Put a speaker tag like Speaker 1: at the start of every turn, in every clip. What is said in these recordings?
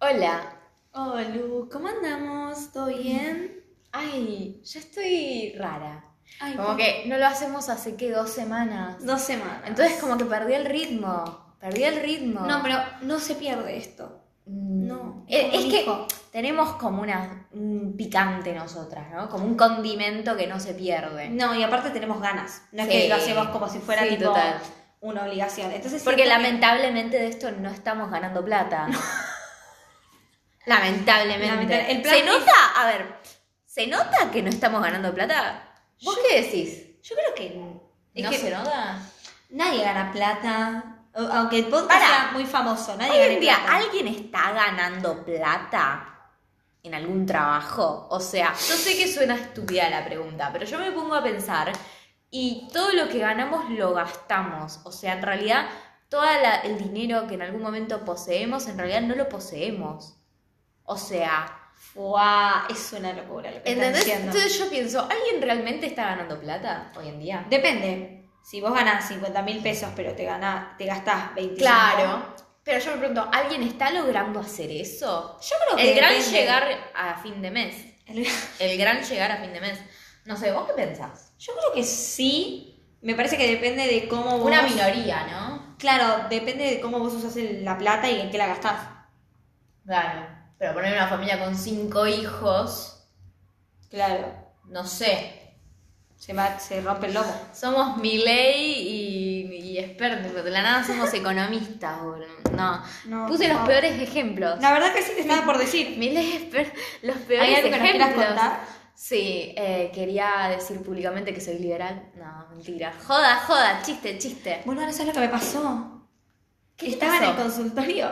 Speaker 1: Hola.
Speaker 2: Oh, Lu, ¿cómo andamos? ¿Todo bien?
Speaker 1: Ay, ya estoy rara.
Speaker 2: Ay,
Speaker 1: Como
Speaker 2: ¿por-
Speaker 1: que no lo hacemos hace que dos semanas.
Speaker 2: Dos semanas.
Speaker 1: Entonces como que perdí el ritmo. Perdí el ritmo.
Speaker 2: No, pero no se pierde esto.
Speaker 1: Mm.
Speaker 2: no,
Speaker 1: Eh,
Speaker 2: como
Speaker 1: Es, que
Speaker 2: dijo.
Speaker 1: tenemos como una, un picante nosotras, ¿no? Como un condimento que no se pierde.
Speaker 2: No, y aparte tenemos ganas. No es
Speaker 1: Sí.
Speaker 2: que lo hacemos como si fuera
Speaker 1: Sí,
Speaker 2: tipo
Speaker 1: total.
Speaker 2: una obligación. Entonces
Speaker 1: Porque
Speaker 2: siento que-
Speaker 1: lamentablemente de esto no estamos ganando plata. lamentablemente.
Speaker 2: Lamentable- el plan
Speaker 1: ¿Se
Speaker 2: es-
Speaker 1: nota? A ver, ¿se nota que no estamos ganando plata? ¿Vos
Speaker 2: Yo-
Speaker 1: qué decís?
Speaker 2: Yo creo que. Es que
Speaker 1: nota?
Speaker 2: nadie gana plata. O- Aunque el podcast
Speaker 1: Pará.
Speaker 2: sea muy famoso, nadie
Speaker 1: Hoy
Speaker 2: gana
Speaker 1: en día,
Speaker 2: plata.
Speaker 1: ¿alguien está ganando plata en algún trabajo? O sea, yo sé que suena estúpida la pregunta, pero yo me pongo a pensar y todo lo que ganamos lo gastamos. O sea, en realidad, todo el dinero que en algún momento poseemos, en realidad no lo poseemos. O sea,
Speaker 2: Fuá, es una locura lo que estás
Speaker 1: ¿entendés?
Speaker 2: diciendo.
Speaker 1: Entonces yo pienso, ¿alguien realmente está ganando plata hoy en día?
Speaker 2: Depende. Si vos ganás 50 mil pesos, pero te, gana, te gastás 25.
Speaker 1: Claro. Pero yo me pregunto, ¿alguien está logrando hacer eso?
Speaker 2: Yo creo que.
Speaker 1: Eh, El gran
Speaker 2: depende.
Speaker 1: llegar a fin de mes.
Speaker 2: El-
Speaker 1: El gran llegar a fin de mes. No sé, ¿vos qué pensás?
Speaker 2: Yo creo que sí. Me parece que depende de cómo vos.
Speaker 1: Una minoría, ¿no?
Speaker 2: Claro, depende de cómo vos usás el- la plata y en qué la gastás.
Speaker 1: Claro. Pero poner una familia con cinco hijos,
Speaker 2: Claro.
Speaker 1: no sé.
Speaker 2: Se, va- se rompe el lomo.
Speaker 1: Somos Miley y, y expertos, pero de la nada somos economistas, boludo. No.
Speaker 2: No,
Speaker 1: Puse
Speaker 2: por
Speaker 1: los
Speaker 2: favor.
Speaker 1: peores ejemplos.
Speaker 2: La verdad que sí te estaba por decir.
Speaker 1: Milei es per- los
Speaker 2: ¿Hay
Speaker 1: peores
Speaker 2: algo que nos quieras
Speaker 1: ejemplos.
Speaker 2: contar?
Speaker 1: Sí, eh, quería decir públicamente que soy liberal. No, mentira. Joda, joda, chiste, chiste.
Speaker 2: Bueno, no sabes lo que me pasó.
Speaker 1: ¿Qué te
Speaker 2: Estaba en el
Speaker 1: pasó?
Speaker 2: consultorio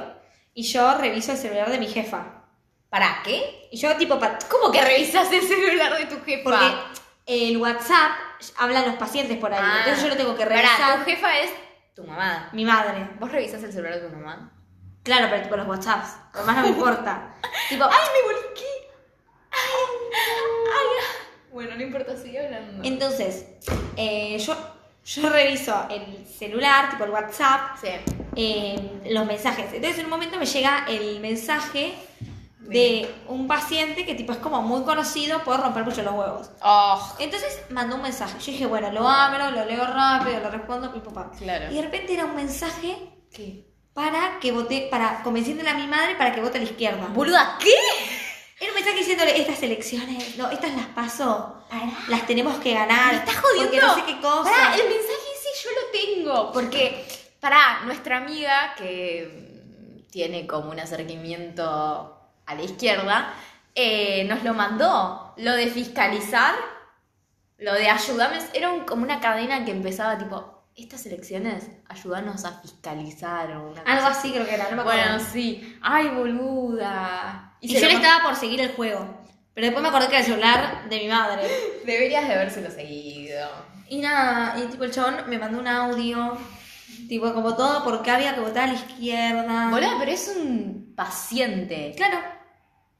Speaker 2: y yo reviso el celular de mi jefa.
Speaker 1: ¿Para qué?
Speaker 2: Y yo, tipo, pa-
Speaker 1: ¿Cómo que revisas el celular de tu jefa?
Speaker 2: porque el WhatsApp hablan los pacientes por ahí.
Speaker 1: Ah.
Speaker 2: entonces yo lo tengo que
Speaker 1: Pará,
Speaker 2: revisar.
Speaker 1: tu jefa es tu mamá.
Speaker 2: Mi madre.
Speaker 1: ¿Vos revisás el celular de tu mamá?
Speaker 2: Claro, pero tipo los WhatsApps. Lo más no me importa. tipo, ¡ay, me volqué!
Speaker 1: Bueno, no importa, sigue hablando.
Speaker 2: Entonces, eh, yo, yo reviso el celular, tipo el WhatsApp,
Speaker 1: Sí.
Speaker 2: eh, los mensajes. Entonces, en un momento me llega el mensaje de un paciente que tipo es como muy conocido por romper mucho los huevos.
Speaker 1: Oh.
Speaker 2: Entonces mandó un mensaje. Yo dije, bueno, lo abro, lo leo rápido, lo respondo, pim, pum, pam.
Speaker 1: Claro.
Speaker 2: Y de repente era un mensaje
Speaker 1: ¿Qué?
Speaker 2: para que vote, para convenciéndole a mi madre para que vote a la izquierda.
Speaker 1: ¿Boluda qué?
Speaker 2: Era un mensaje diciéndole, estas elecciones, no, estas las paso,
Speaker 1: Pará.
Speaker 2: las tenemos que ganar.
Speaker 1: Me estás jodiendo.
Speaker 2: Porque no sé qué cosa.
Speaker 1: Pará, el mensaje sí yo lo tengo. Porque, pará, nuestra amiga que mm, tiene como un acercamiento a la izquierda, eh, nos lo mandó. Lo de fiscalizar, lo de ayudarme, era un- como una cadena que empezaba tipo, estas elecciones, ayudarnos a fiscalizar o una
Speaker 2: Algo
Speaker 1: cosa
Speaker 2: así creo que era, no me acuerdo.
Speaker 1: Bueno, sí. Ay, boluda.
Speaker 2: y
Speaker 1: se
Speaker 2: yo
Speaker 1: lo
Speaker 2: le
Speaker 1: man-
Speaker 2: estaba por seguir el juego. Pero después me acordé que era el celular de mi madre.
Speaker 1: Deberías de habérselo seguido.
Speaker 2: Y nada, y tipo el chabón me mandó un audio. Tipo, como todo, porque había que votar a la izquierda.
Speaker 1: Boluda, pero es un paciente.
Speaker 2: Claro.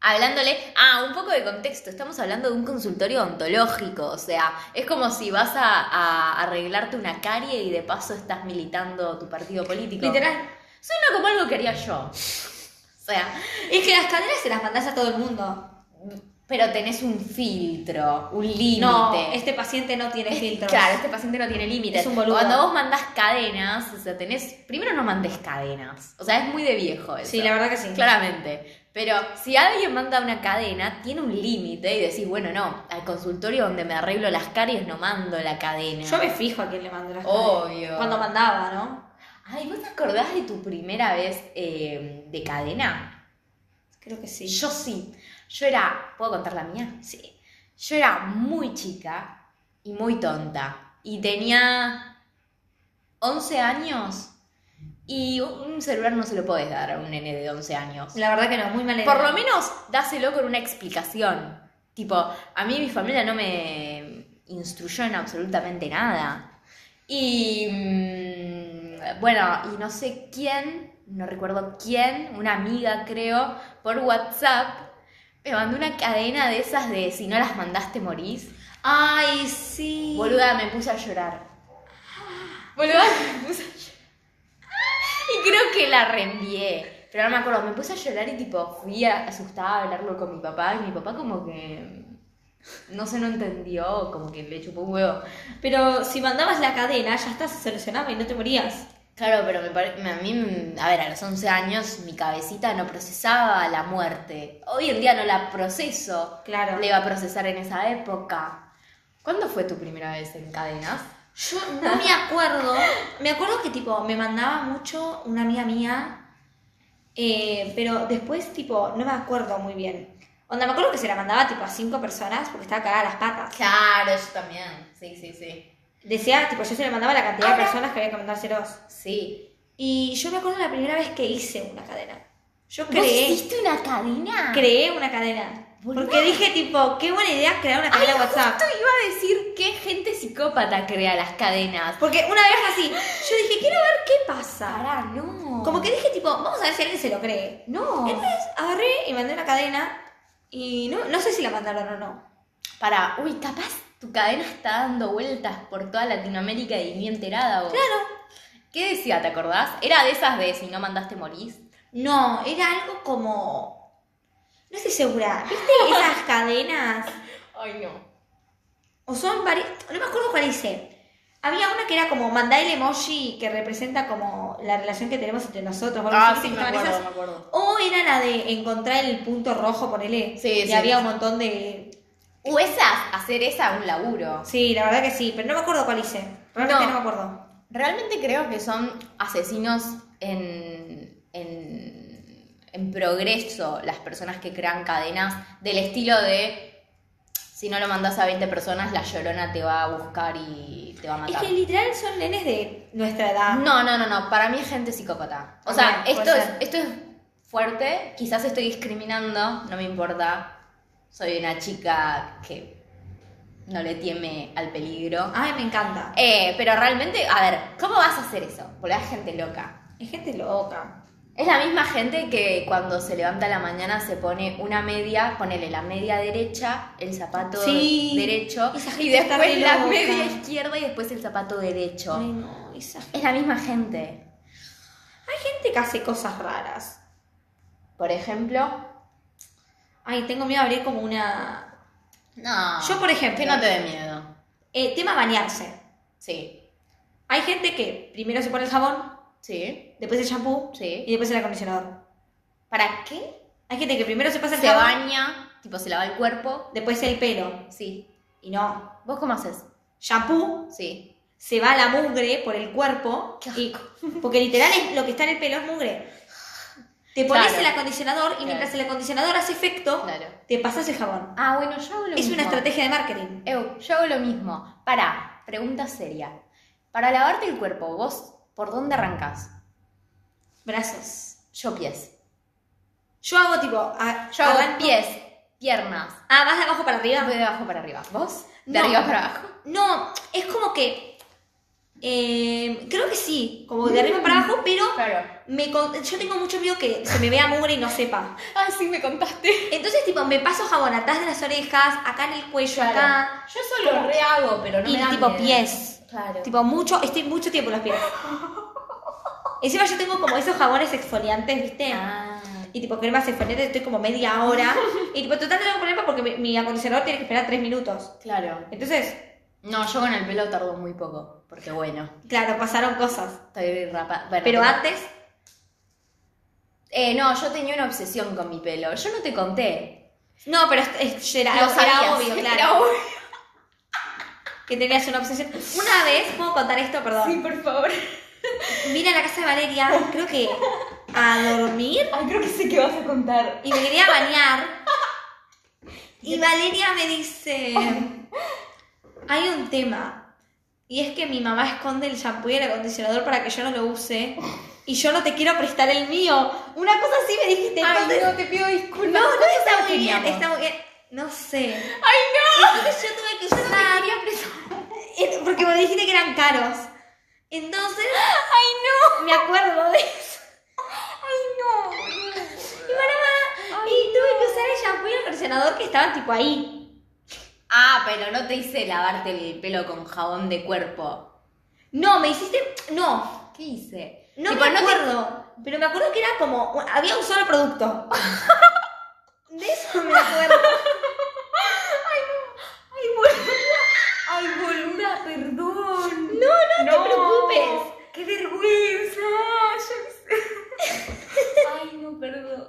Speaker 1: Hablándole, ah, un poco de contexto, estamos hablando de un consultorio ontológico, o sea, es como si vas a, a arreglarte una carie y de paso estás militando tu partido político.
Speaker 2: Literal.
Speaker 1: Suena como algo que haría yo. O sea,
Speaker 2: Es que las cadenas se las mandás a todo el mundo.
Speaker 1: pero tenés un filtro, un límite.
Speaker 2: No, este paciente no tiene filtros.
Speaker 1: Claro, este paciente no tiene límites.
Speaker 2: Es un boludo.
Speaker 1: Cuando vos mandás cadenas, o sea, tenés. Primero no mandes cadenas. O sea, es muy de viejo eso.
Speaker 2: Sí, la verdad que sí.
Speaker 1: Claramente. Pero si alguien manda una cadena, tiene un límite y decís, bueno, no, al consultorio donde me arreglo las caries no mando la cadena.
Speaker 2: Yo me fijo a quién le mandó las
Speaker 1: Obvio.
Speaker 2: cadenas. Cuando mandaba, ¿no?
Speaker 1: Ay, ¿vos te acordás de tu primera vez eh, de cadena?
Speaker 2: Creo que sí.
Speaker 1: Yo sí. Yo era. ¿Puedo contar la mía?
Speaker 2: Sí.
Speaker 1: Yo era muy chica y muy tonta. Y tenía 11 años. Y un celular no se lo podés dar a un nene de 11 años.
Speaker 2: La verdad que no, muy mal
Speaker 1: Por lo menos dáselo con una explicación. Tipo, a mí mi familia no me instruyó en absolutamente nada. Y mm, bueno, y no sé quién, no recuerdo quién, una amiga creo, por WhatsApp, me mandó una cadena de esas de si no las mandaste morís.
Speaker 2: Ay, sí.
Speaker 1: Boluda, me puse a llorar. Boluda, me puse a llorar. Y creo que la reenvié. Pero no me acuerdo, me puse a llorar y tipo fui a- asustada a hablarlo con mi papá y mi papá como que no se no entendió, como que le chupó un huevo.
Speaker 2: Pero si mandabas la cadena, ya está, se solucionaba y no te morías.
Speaker 1: Claro, pero me pare- me- a mí, mm, a ver, a los 11 años mi cabecita no procesaba la muerte. Hoy en día no la proceso.
Speaker 2: Claro.
Speaker 1: Le iba a procesar en esa época. ¿Cuándo fue tu primera vez en cadenas?
Speaker 2: Yo no me acuerdo. Me acuerdo que, tipo, me mandaba mucho una amiga mía, eh, pero después, tipo, no me acuerdo muy bien. Onda, me acuerdo que se la mandaba, tipo, a cinco personas porque estaba cagada a las patas.
Speaker 1: Claro, yo también. Sí, sí, sí.
Speaker 2: Decía, tipo, yo se le mandaba la cantidad de
Speaker 1: Ahora-
Speaker 2: personas que había que mandárselos.
Speaker 1: Sí.
Speaker 2: Y yo me acuerdo la primera vez que hice una cadena. Yo
Speaker 1: ¿Vos
Speaker 2: creé,
Speaker 1: hiciste una cadena?
Speaker 2: creé una cadena.
Speaker 1: Boluda.
Speaker 2: Porque dije, tipo, qué buena idea crear una
Speaker 1: Ay,
Speaker 2: cadena de WhatsApp.
Speaker 1: justo iba a decir qué gente psicópata crea las cadenas.
Speaker 2: Porque una vez así, yo dije, quiero ver qué pasa.
Speaker 1: Pará, no.
Speaker 2: Como que dije, tipo, vamos a ver si alguien se lo cree.
Speaker 1: No.
Speaker 2: Entonces agarré y mandé una cadena y no, no sé si la mandaron o no.
Speaker 1: Pará, uy, capaz tu cadena está dando vueltas por toda Latinoamérica y ni enterada vos.
Speaker 2: Claro.
Speaker 1: ¿Qué decía, te acordás? Era de esas de si no mandaste morís.
Speaker 2: No, era algo como... No estoy segura. ¿Viste esas cadenas?
Speaker 1: Ay, no.
Speaker 2: O son varias... No me acuerdo cuál hice. Había una que era como mandar el emoji que representa como la relación que tenemos entre nosotros. o algo
Speaker 1: Ah,
Speaker 2: así,
Speaker 1: sí,
Speaker 2: que
Speaker 1: me
Speaker 2: estaban
Speaker 1: acuerdo,
Speaker 2: esas.
Speaker 1: me acuerdo.
Speaker 2: O era la de encontrar el punto rojo, ponele.
Speaker 1: Sí,
Speaker 2: y
Speaker 1: sí.
Speaker 2: había un montón de...
Speaker 1: O esas, hacer esa un laburo.
Speaker 2: Sí, la verdad que sí, pero no me acuerdo cuál hice. Realmente
Speaker 1: No.
Speaker 2: no me acuerdo.
Speaker 1: Realmente creo que son asesinos en, en, en progreso las personas que crean cadenas del estilo de si no lo mandas a 20 personas, la llorona te va a buscar y te va a
Speaker 2: Es
Speaker 1: matar. Ah.
Speaker 2: que literal son nenes de nuestra edad.
Speaker 1: No, no, no, no. Para mí es gente psicópata. O sea,
Speaker 2: También,
Speaker 1: esto,
Speaker 2: puede
Speaker 1: es,
Speaker 2: ser.
Speaker 1: esto es fuerte. Quizás estoy discriminando, no me importa. Soy una chica que no le tieme al peligro.
Speaker 2: Ay, me encanta.
Speaker 1: Eh, pero realmente, a ver, ¿cómo vas a hacer eso? Porque es gente loca.
Speaker 2: Es gente loca.
Speaker 1: Es la misma gente que cuando se levanta a la mañana se pone una media, ponele la media derecha, el zapato
Speaker 2: Sí.
Speaker 1: derecho,
Speaker 2: Esa gente
Speaker 1: y
Speaker 2: está
Speaker 1: después
Speaker 2: re
Speaker 1: la
Speaker 2: loca.
Speaker 1: media izquierda y después el zapato derecho.
Speaker 2: Ay, no, esa gente.
Speaker 1: Es la misma gente.
Speaker 2: Hay gente que hace cosas raras.
Speaker 1: Por ejemplo,
Speaker 2: Ay, tengo miedo de abrir como una.
Speaker 1: No.
Speaker 2: Yo, por ejemplo-
Speaker 1: Que no te dé miedo.
Speaker 2: Eh, tema bañarse.
Speaker 1: Sí.
Speaker 2: Hay gente que primero se pone el jabón,
Speaker 1: Sí.
Speaker 2: después el shampoo y
Speaker 1: Sí.
Speaker 2: después el acondicionador.
Speaker 1: ¿Para qué?
Speaker 2: Hay gente que primero se pasa el
Speaker 1: Se
Speaker 2: jabón,
Speaker 1: baña, tipo se lava el cuerpo.
Speaker 2: después el pelo.
Speaker 1: Sí.
Speaker 2: Y no.
Speaker 1: ¿Vos cómo haces?
Speaker 2: Shampoo,
Speaker 1: Sí.
Speaker 2: se va la mugre por el cuerpo.
Speaker 1: Qué
Speaker 2: y- porque literal es- lo que está en el pelo es mugre. Te pones
Speaker 1: Claro.
Speaker 2: el acondicionador y mientras el acondicionador hace efecto,
Speaker 1: Claro.
Speaker 2: te pasas el jabón.
Speaker 1: Ah, bueno, yo hago lo
Speaker 2: Es
Speaker 1: mismo.
Speaker 2: una estrategia de marketing.
Speaker 1: Eu, yo hago lo mismo. Para, pregunta seria. Para lavarte el cuerpo, vos, ¿por dónde arrancás?
Speaker 2: Brazos.
Speaker 1: Yo pies.
Speaker 2: Yo hago tipo. a-
Speaker 1: Yo hago
Speaker 2: arranco-
Speaker 1: pies, piernas.
Speaker 2: Ah, vas de abajo para
Speaker 1: Voy
Speaker 2: arriba.
Speaker 1: de abajo para arriba. ¿Vos? De
Speaker 2: No.
Speaker 1: arriba para abajo.
Speaker 2: No, es como que. eh, creo que sí, como de arriba para abajo, pero
Speaker 1: Claro.
Speaker 2: me con- yo tengo mucho miedo que se me vea mugre y no sepa.
Speaker 1: Ah, sí, me contaste.
Speaker 2: Entonces, tipo, me paso jabón atrás de las orejas, acá en el cuello, acá.
Speaker 1: Yo solo rehago, pero no
Speaker 2: y
Speaker 1: me da
Speaker 2: tipo
Speaker 1: miedo.
Speaker 2: pies.
Speaker 1: Claro.
Speaker 2: Tipo, mucho, estoy mucho tiempo en los pies. Encima yo tengo como esos jabones exfoliantes, ¿viste?
Speaker 1: Ah.
Speaker 2: Y tipo, crema exfoliante, estoy como media hora. y tipo, total, no tengo problema porque mi, mi acondicionador tiene que esperar tres minutos.
Speaker 1: Claro.
Speaker 2: Entonces,
Speaker 1: No, yo con el pelo tardo muy poco, porque bueno,
Speaker 2: claro, pasaron cosas.
Speaker 1: estoy rapa. bueno,
Speaker 2: Pero
Speaker 1: tengo-
Speaker 2: antes,
Speaker 1: Eh, no, yo tenía una obsesión con mi pelo. Yo no te conté.
Speaker 2: no, pero es- es- era,
Speaker 1: Lo
Speaker 2: era
Speaker 1: sabías,
Speaker 2: obvio,
Speaker 1: era
Speaker 2: claro.
Speaker 1: obvio.
Speaker 2: Que tenías una obsesión. Una vez, puedo contar esto,
Speaker 1: Sí,
Speaker 2: perdón.
Speaker 1: por favor.
Speaker 2: Vine a la casa de Valeria, creo que a dormir,
Speaker 1: Ay, creo que sé qué vas a contar.
Speaker 2: y me quería bañar. Y Valeria me dice, hay un tema. Y es que mi mamá esconde el shampoo y el acondicionador para que yo no lo use. Y yo no te quiero prestar el mío. Una cosa así me dijiste. entonces-
Speaker 1: no, te pido disculpas.
Speaker 2: No, no está
Speaker 1: Nosotros
Speaker 2: muy bien,
Speaker 1: teníamos.
Speaker 2: está muy bien. No sé.
Speaker 1: Ay,
Speaker 2: Entonces yo tuve que usar. Eh, Porque me dijiste que eran caros. Entonces. ¡Ay, no! Me acuerdo de eso. ¡Ay, no! Y, bueno, va, y tuve que usar el shampoo y el acondicionador que estaban tipo ahí.
Speaker 1: Ah, pero no te hice lavarte el pelo con jabón de cuerpo.
Speaker 2: No, me hiciste. No.
Speaker 1: ¿Qué hice?
Speaker 2: No
Speaker 1: Tipo,
Speaker 2: me
Speaker 1: no te-
Speaker 2: acuerdo, pero me acuerdo que era como. Había un solo producto. De eso me acuerdo.
Speaker 1: Ay, boluda. Ay, boluda, perdón.
Speaker 2: No, no,
Speaker 1: No.
Speaker 2: te preocupes. ¡Qué vergüenza!
Speaker 1: Ay, no, perdón.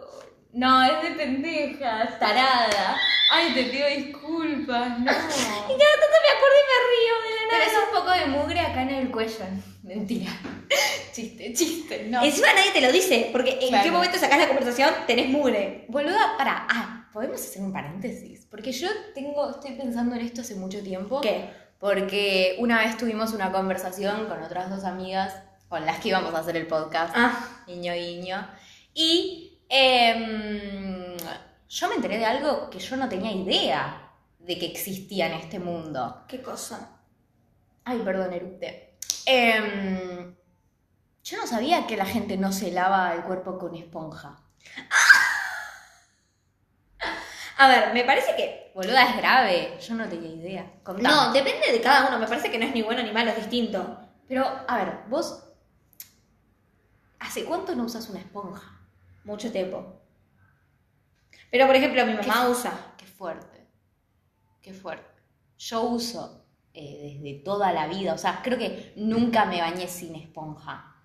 Speaker 1: No, es de pendejas, tarada. Ay, te pido disculpas, no.
Speaker 2: Y cada tanto me acuerdo y me río de la nada.
Speaker 1: Tenés un poco de mugre acá en el cuello. Mentira. Chiste, chiste, no.
Speaker 2: Encima nadie te lo dice, porque en
Speaker 1: Claro.
Speaker 2: qué momento sacás la conversación tenés mugre.
Speaker 1: Boluda, para. Ah, podemos hacer un paréntesis. Porque yo tengo, estoy pensando en esto hace mucho tiempo.
Speaker 2: ¿Qué?
Speaker 1: Porque una vez tuvimos una conversación con otras dos amigas con las que íbamos a hacer el podcast.
Speaker 2: Ah,
Speaker 1: Niño, niño. Y em, yo me enteré de algo que yo no tenía idea de que existía en este mundo.
Speaker 2: qué cosa.
Speaker 1: Ay, perdón, erupte. yo no sabía que la gente no se lava el cuerpo con esponja.
Speaker 2: A ver, me parece que.
Speaker 1: Boluda, es grave. Yo no tenía idea. Contame.
Speaker 2: No, depende de cada uno. Me parece que no es ni bueno ni malo, es distinto.
Speaker 1: Pero, a ver, vos. ¿Hace cuánto no usas una esponja?
Speaker 2: Mucho tiempo. Pero por ejemplo, mi
Speaker 1: ¿Qué?
Speaker 2: mamá usa.
Speaker 1: Qué fuerte. Qué fuerte. Yo uso eh, desde toda la vida. O sea, creo que nunca me bañé sin esponja.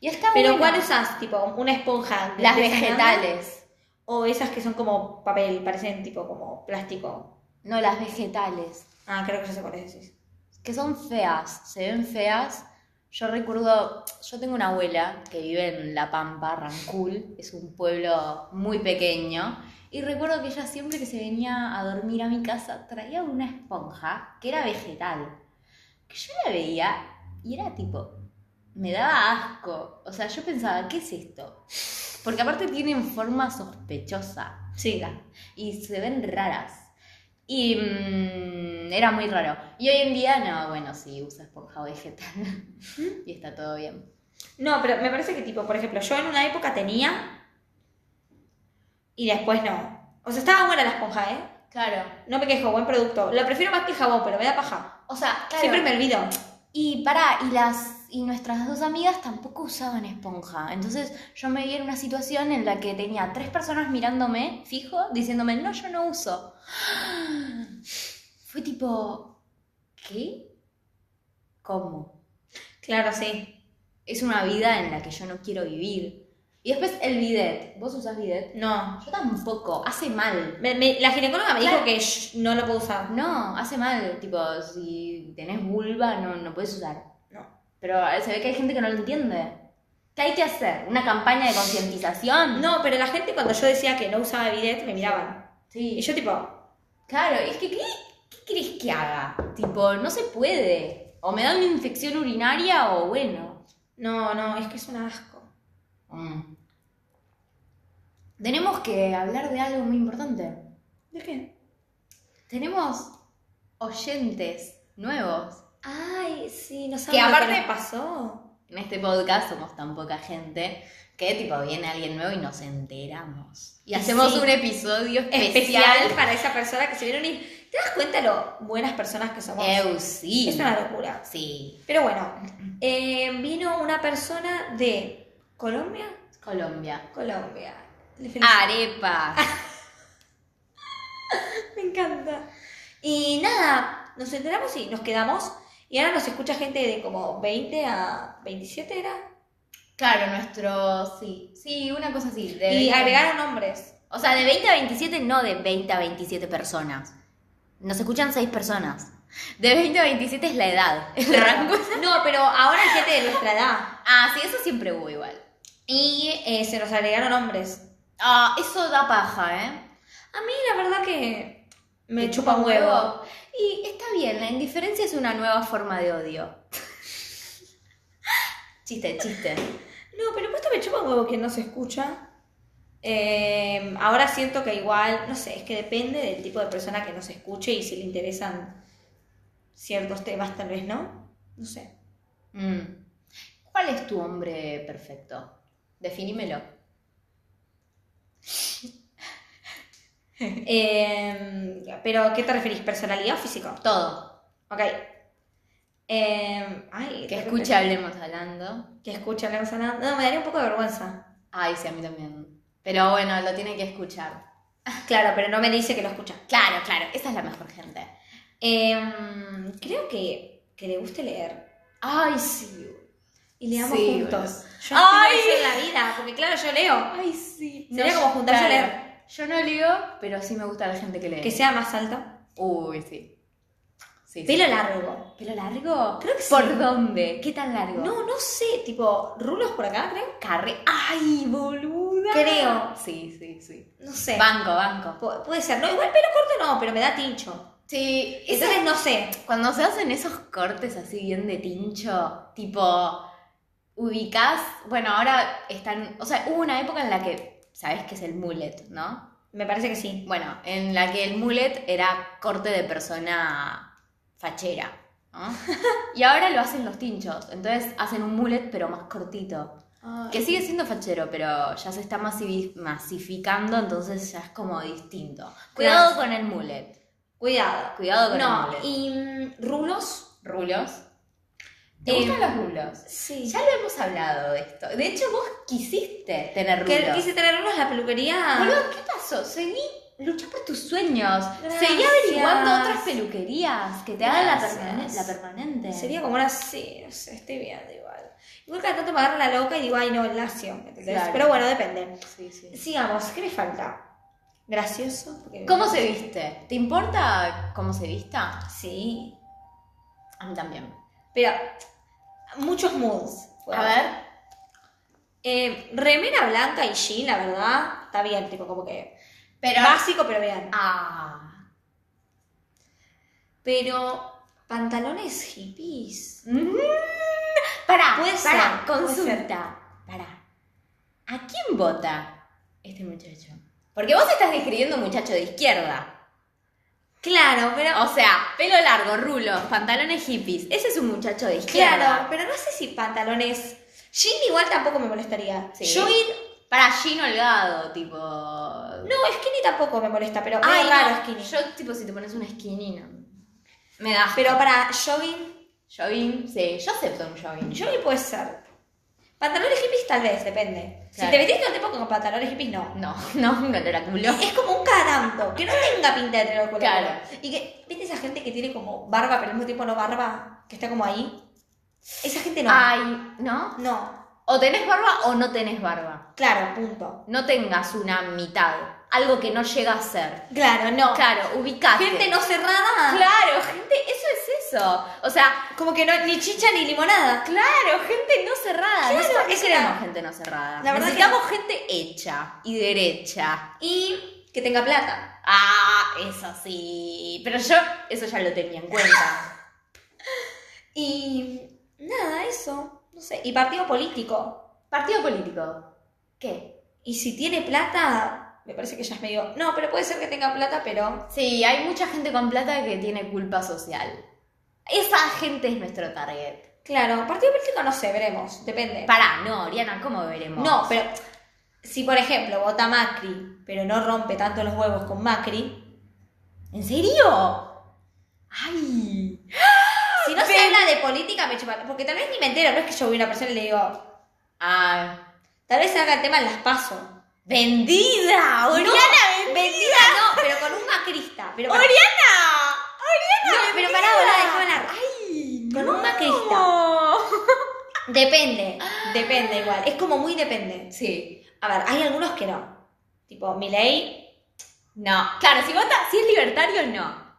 Speaker 1: Y está
Speaker 2: Pero
Speaker 1: bueno.
Speaker 2: ¿cuál usas? Tipo, una esponja.
Speaker 1: Las
Speaker 2: de esa nada?
Speaker 1: vegetales.
Speaker 2: O esas que son como papel, parecen tipo como plástico.
Speaker 1: No, las vegetales.
Speaker 2: Ah, creo que ya sé cuáles decís.
Speaker 1: que son feas, se ven feas. Yo recuerdo, yo tengo una abuela que vive en La Pampa, Rancul, es un pueblo muy pequeño, y recuerdo que ella siempre que se venía a dormir a mi casa traía una esponja que era vegetal, que yo la veía y era tipo, me daba asco, o sea, yo pensaba, ¿qué es esto? Porque aparte tienen forma sospechosa
Speaker 2: Sí.
Speaker 1: y se ven raras. Y mm, era muy raro. Y hoy en día, no, bueno, sí, usa esponja vegetal y está todo bien.
Speaker 2: No, pero me parece que tipo, por ejemplo, yo en una época tenía y después no. O sea, estaba buena la esponja, ¿eh?
Speaker 1: Claro.
Speaker 2: No me quejo, buen producto. Lo prefiero más que el jabón, pero me da paja.
Speaker 1: O sea, claro.
Speaker 2: Siempre me olvido.
Speaker 1: Y pará, y las y nuestras dos amigas tampoco usaban esponja. Entonces yo me vi en una situación en la que tenía tres personas mirándome fijo, diciéndome, no, yo no uso. Fue tipo, ¿qué? ¿Cómo?
Speaker 2: Claro, sí.
Speaker 1: es una vida en la que yo no quiero vivir. Y después el bidet. ¿Vos usás bidet?
Speaker 2: No.
Speaker 1: Yo tampoco. Hace mal.
Speaker 2: Me- me- la ginecóloga me
Speaker 1: Claro.
Speaker 2: dijo que shh, no lo puedo usar.
Speaker 1: No, hace mal. Tipo, si tenés vulva, no, no puedes usar.
Speaker 2: No.
Speaker 1: Pero se ve que hay gente que no lo entiende. ¿Qué hay que hacer? ¿Una campaña de concientización?
Speaker 2: No, pero la gente cuando yo decía que no usaba bidet me miraban.
Speaker 1: Sí.
Speaker 2: Y yo tipo,
Speaker 1: Claro, es que ¿qué, qué querés que haga? Tipo, no se puede. O me da una infección urinaria o bueno.
Speaker 2: no, no, es que es un asco.
Speaker 1: Mm. Tenemos que hablar de algo muy importante.
Speaker 2: ¿De qué?
Speaker 1: Tenemos oyentes nuevos.
Speaker 2: Ay, sí, no
Speaker 1: Que
Speaker 2: sabes lo
Speaker 1: aparte-
Speaker 2: que nos pasó.
Speaker 1: En este podcast somos tan poca gente que tipo viene alguien nuevo y nos enteramos. Y
Speaker 2: Y
Speaker 1: hacemos
Speaker 2: sí.
Speaker 1: un episodio
Speaker 2: Especial
Speaker 1: especial.
Speaker 2: para esa persona que se vieron y. ¿Te das cuenta lo buenas personas que somos?
Speaker 1: Eu sí.
Speaker 2: Es una locura.
Speaker 1: Sí.
Speaker 2: Pero bueno, eh, vino una persona de Colombia.
Speaker 1: Colombia.
Speaker 2: Colombia. Le felicito.
Speaker 1: Ah. Arepa.
Speaker 2: Me encanta. Y nada, nos enteramos y nos quedamos. Y ahora nos escucha gente de como 20 a 27 era.
Speaker 1: Claro, nuestro sí. Sí, una cosa así. de
Speaker 2: Y
Speaker 1: 20.
Speaker 2: agregaron nombres.
Speaker 1: O sea, de 20 a 27, no de 20 a 27 personas. Nos escuchan 6 personas. De 20 a 27 es la edad. El rango.
Speaker 2: No, pero ahora hay gente de nuestra edad.
Speaker 1: Ah, sí, eso siempre hubo igual.
Speaker 2: Y eh, se nos agregaron nombres.
Speaker 1: Ah, eso da paja, ¿eh?
Speaker 2: A mí la verdad que me
Speaker 1: Te
Speaker 2: chupa un huevo.
Speaker 1: Y está bien, la indiferencia es una nueva forma de odio. chiste, chiste.
Speaker 2: No, pero puesto me chupa un huevo que no se escucha. Eh, ahora siento que igual, no sé, es que depende del tipo de persona que nos escuche y si le interesan ciertos temas, tal vez, ¿no? No sé.
Speaker 1: Mm. ¿Cuál es tu hombre perfecto? Definímelo.
Speaker 2: Eh, pero, ¿qué te referís? ¿Personalidad o físico?
Speaker 1: Todo.
Speaker 2: Ok. Eh, ay,
Speaker 1: Que
Speaker 2: de
Speaker 1: escucha,
Speaker 2: repente-
Speaker 1: hablemos hablando.
Speaker 2: Que escucha la cosa nada- No, me daría un poco de vergüenza.
Speaker 1: Ay, sí, a mí también. Pero bueno, lo tiene que escuchar.
Speaker 2: Claro, pero no me dice que lo escucha.
Speaker 1: Claro, claro, esa es la mejor gente.
Speaker 2: Em, creo que, que le guste leer.
Speaker 1: Ay, sí.
Speaker 2: Y leamos
Speaker 1: Sí,
Speaker 2: juntos. Yo
Speaker 1: Ay.
Speaker 2: no en la vida, porque claro, yo leo.
Speaker 1: Ay, sí.
Speaker 2: Sería como juntarse a leer.
Speaker 1: Yo no leo, pero sí me gusta la gente que lee.
Speaker 2: Que sea más alto.
Speaker 1: Uy, sí. Sí, sí.
Speaker 2: Pelo largo.
Speaker 1: ¿Pelo largo?
Speaker 2: Creo que sí.
Speaker 1: ¿Por dónde? ¿Qué tan largo?
Speaker 2: No, no sé, tipo, rulos por acá, creo.
Speaker 1: Carre. ¡Ay, boluda!
Speaker 2: Creo.
Speaker 1: Sí, sí, sí.
Speaker 2: No sé.
Speaker 1: Banco, banco.
Speaker 2: Pu- puede ser. No, igual pelo corto no, pero me da tincho.
Speaker 1: Sí,
Speaker 2: Entonces no sé.
Speaker 1: Cuando se hacen esos cortes así bien de tincho, tipo, ubicás, bueno, ahora están, o sea, hubo una época en la que, ¿sabés qué es el mullet, no?
Speaker 2: Me parece que sí.
Speaker 1: Bueno, en la que el mullet era corte de persona fachera, ¿no? y ahora lo hacen los tinchos, entonces hacen un mullet pero más cortito, que sigue siendo fachero, pero ya se está masivi- masificando, entonces ya es como distinto. Cuidado con el mullet,
Speaker 2: Cuidado.
Speaker 1: cuidado con el
Speaker 2: No,
Speaker 1: mullet.
Speaker 2: y mm, rulos.
Speaker 1: ¿Rulos? ¿Te
Speaker 2: Eh,
Speaker 1: gustan los rulos?
Speaker 2: Sí.
Speaker 1: Ya lo hemos hablado de esto. De hecho, vos quisiste tener
Speaker 2: Que
Speaker 1: rulos.
Speaker 2: quise tener rulos en la peluquería.
Speaker 1: Boludo, ¿qué pasó? Seguí, luchá por tus sueños.
Speaker 2: Gracias.
Speaker 1: Seguí averiguando otras peluquerías que te hagan la,
Speaker 2: Gracias.
Speaker 1: permane- la permanente.
Speaker 2: eh, Sería como una sí, no sé, estoy viendo igual. Igual cada tanto me agarro la loca y digo, ay no, el lacio. ¿entendés?
Speaker 1: Claro.
Speaker 2: Pero bueno, depende.
Speaker 1: Sí, sí.
Speaker 2: Sigamos, ¿qué me falta? Gracioso. porque-
Speaker 1: ¿Cómo se viste? ¿Te importa cómo se vista?
Speaker 2: Sí.
Speaker 1: A mí también.
Speaker 2: Pero, muchos moods.
Speaker 1: A ver.
Speaker 2: Eh, remera blanca y jean, la verdad, está bien, tipo como que
Speaker 1: Pero.
Speaker 2: básico, pero vean.
Speaker 1: Ah.
Speaker 2: Pero pantalones hippies.
Speaker 1: Mm. Pará,
Speaker 2: Puede
Speaker 1: pará,
Speaker 2: ser, puede
Speaker 1: consulta. Pará. ¿A quién vota este muchacho? Porque vos estás describiendo un muchacho de izquierda.
Speaker 2: Claro, pero
Speaker 1: O sea, pelo largo, rulos, pantalones hippies. Ese es un muchacho de
Speaker 2: claro,
Speaker 1: izquierda.
Speaker 2: pero no sé si pantalones jean igual tampoco me molestaría.
Speaker 1: Sí.
Speaker 2: Yo ir
Speaker 1: Para Gino Holgado, tipo.
Speaker 2: no, skinny tampoco me molesta, pero
Speaker 1: Ay,
Speaker 2: es raro
Speaker 1: no,
Speaker 2: skinny.
Speaker 1: Yo, tipo, si te pones un skinny, no. Me da.
Speaker 2: Pero para jogging,
Speaker 1: Jogging, sí, yo acepto un jogging.
Speaker 2: jogging puede ser. Pantalones hippies tal vez, depende. Si
Speaker 1: Claro.
Speaker 2: te metiste todo el tiempo con pantalones hippies, no.
Speaker 1: No, no, no te la culo.
Speaker 2: Es como un caranto, que no tenga pinta de tener el culo
Speaker 1: Claro.
Speaker 2: largo. Y que, ¿viste esa gente que tiene como barba, pero al mismo tiempo no barba? Que está como ahí. Esa gente no.
Speaker 1: Ay, ¿no?
Speaker 2: No.
Speaker 1: O tenés barba o no tenés barba.
Speaker 2: Claro, punto.
Speaker 1: no tengas una mitad, algo que no llega a ser.
Speaker 2: Claro, no.
Speaker 1: Claro, ubicate. Ah.
Speaker 2: Gente no cerrada.
Speaker 1: Claro, gente, eso es eso. O sea,
Speaker 2: Como que no, ni chicha ni limonada.
Speaker 1: claro, gente no cerrada.
Speaker 2: Claro,
Speaker 1: Nosotros no
Speaker 2: es
Speaker 1: queremos
Speaker 2: una-
Speaker 1: gente no cerrada.
Speaker 2: La verdad que
Speaker 1: Necesitamos gente hecha y derecha.
Speaker 2: Y que tenga plata.
Speaker 1: Ah, eso sí. Pero yo eso ya lo tenía en cuenta.
Speaker 2: Y nada, eso. No sé. Y partido político.
Speaker 1: Partido político. ¿Qué?
Speaker 2: Y si tiene plata, me parece que ya es medio. No, pero puede ser que tenga plata, pero.
Speaker 1: Sí, hay mucha gente con plata que tiene culpa social. Esa gente es nuestro target.
Speaker 2: Claro, partido político no sé, veremos. Depende.
Speaker 1: Pará, no, Oriana, ¿cómo veremos?
Speaker 2: No, pero si por ejemplo vota Macri, pero no rompe tanto los huevos con Macri,
Speaker 1: ¿En serio? ¡Ay!
Speaker 2: si no se
Speaker 1: Pero-
Speaker 2: habla de política me chupa, porque tal vez ni me entero, no es que yo voy a una persona y le digo,
Speaker 1: Ah,
Speaker 2: tal vez haga el tema en las paso.
Speaker 1: ¡Vendida! ¡Oriana,
Speaker 2: No,
Speaker 1: vendida!
Speaker 2: vendida no, pero con un macrista. Pero para-
Speaker 1: ¡Oriana! ¡Oriana,
Speaker 2: No, pero
Speaker 1: vendida!
Speaker 2: pará, boluda, déjame hablar.
Speaker 1: ¡Ay!
Speaker 2: Con
Speaker 1: no.
Speaker 2: un depende, depende igual, es como muy depende.
Speaker 1: Sí.
Speaker 2: A ver, hay algunos que no. Tipo, Milei,
Speaker 1: No. Claro, si vota, si es libertario, no.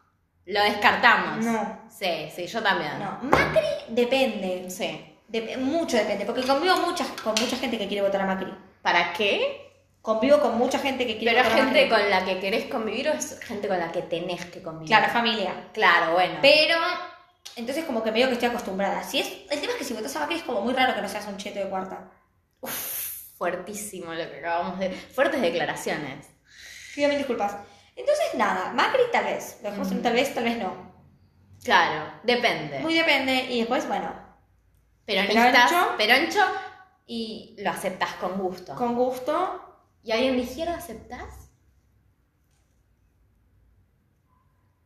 Speaker 1: Lo descartamos.
Speaker 2: No.
Speaker 1: Sí, sí, yo también.
Speaker 2: no. Macri depende.
Speaker 1: Sí.
Speaker 2: Dep- mucho depende, porque convivo muchas, con mucha gente que quiere votar a Macri.
Speaker 1: ¿Para qué?
Speaker 2: Convivo con mucha gente que quiere
Speaker 1: Pero
Speaker 2: votar a Macri.
Speaker 1: gente con la que querés convivir o es gente con la que tenés que convivir.
Speaker 2: Claro, familia.
Speaker 1: Claro, bueno.
Speaker 2: Pero, entonces como que medio que estoy acostumbrada. Si es, el tema es que si votas a Macri es como muy raro que no seas un cheto de cuarta.
Speaker 1: Fuertísimo lo que acabamos de. Fuertes declaraciones.
Speaker 2: Pido mil disculpas. Entonces, nada, Macri tal vez. Lo dejamos en un tal vez, tal vez no.
Speaker 1: Claro, depende.
Speaker 2: Muy depende. Y después, bueno,
Speaker 1: Peronistas,
Speaker 2: Peroncho.
Speaker 1: peroncho,
Speaker 2: y
Speaker 1: lo aceptás con gusto.
Speaker 2: con gusto,
Speaker 1: ¿Y alguien de izquierda aceptás?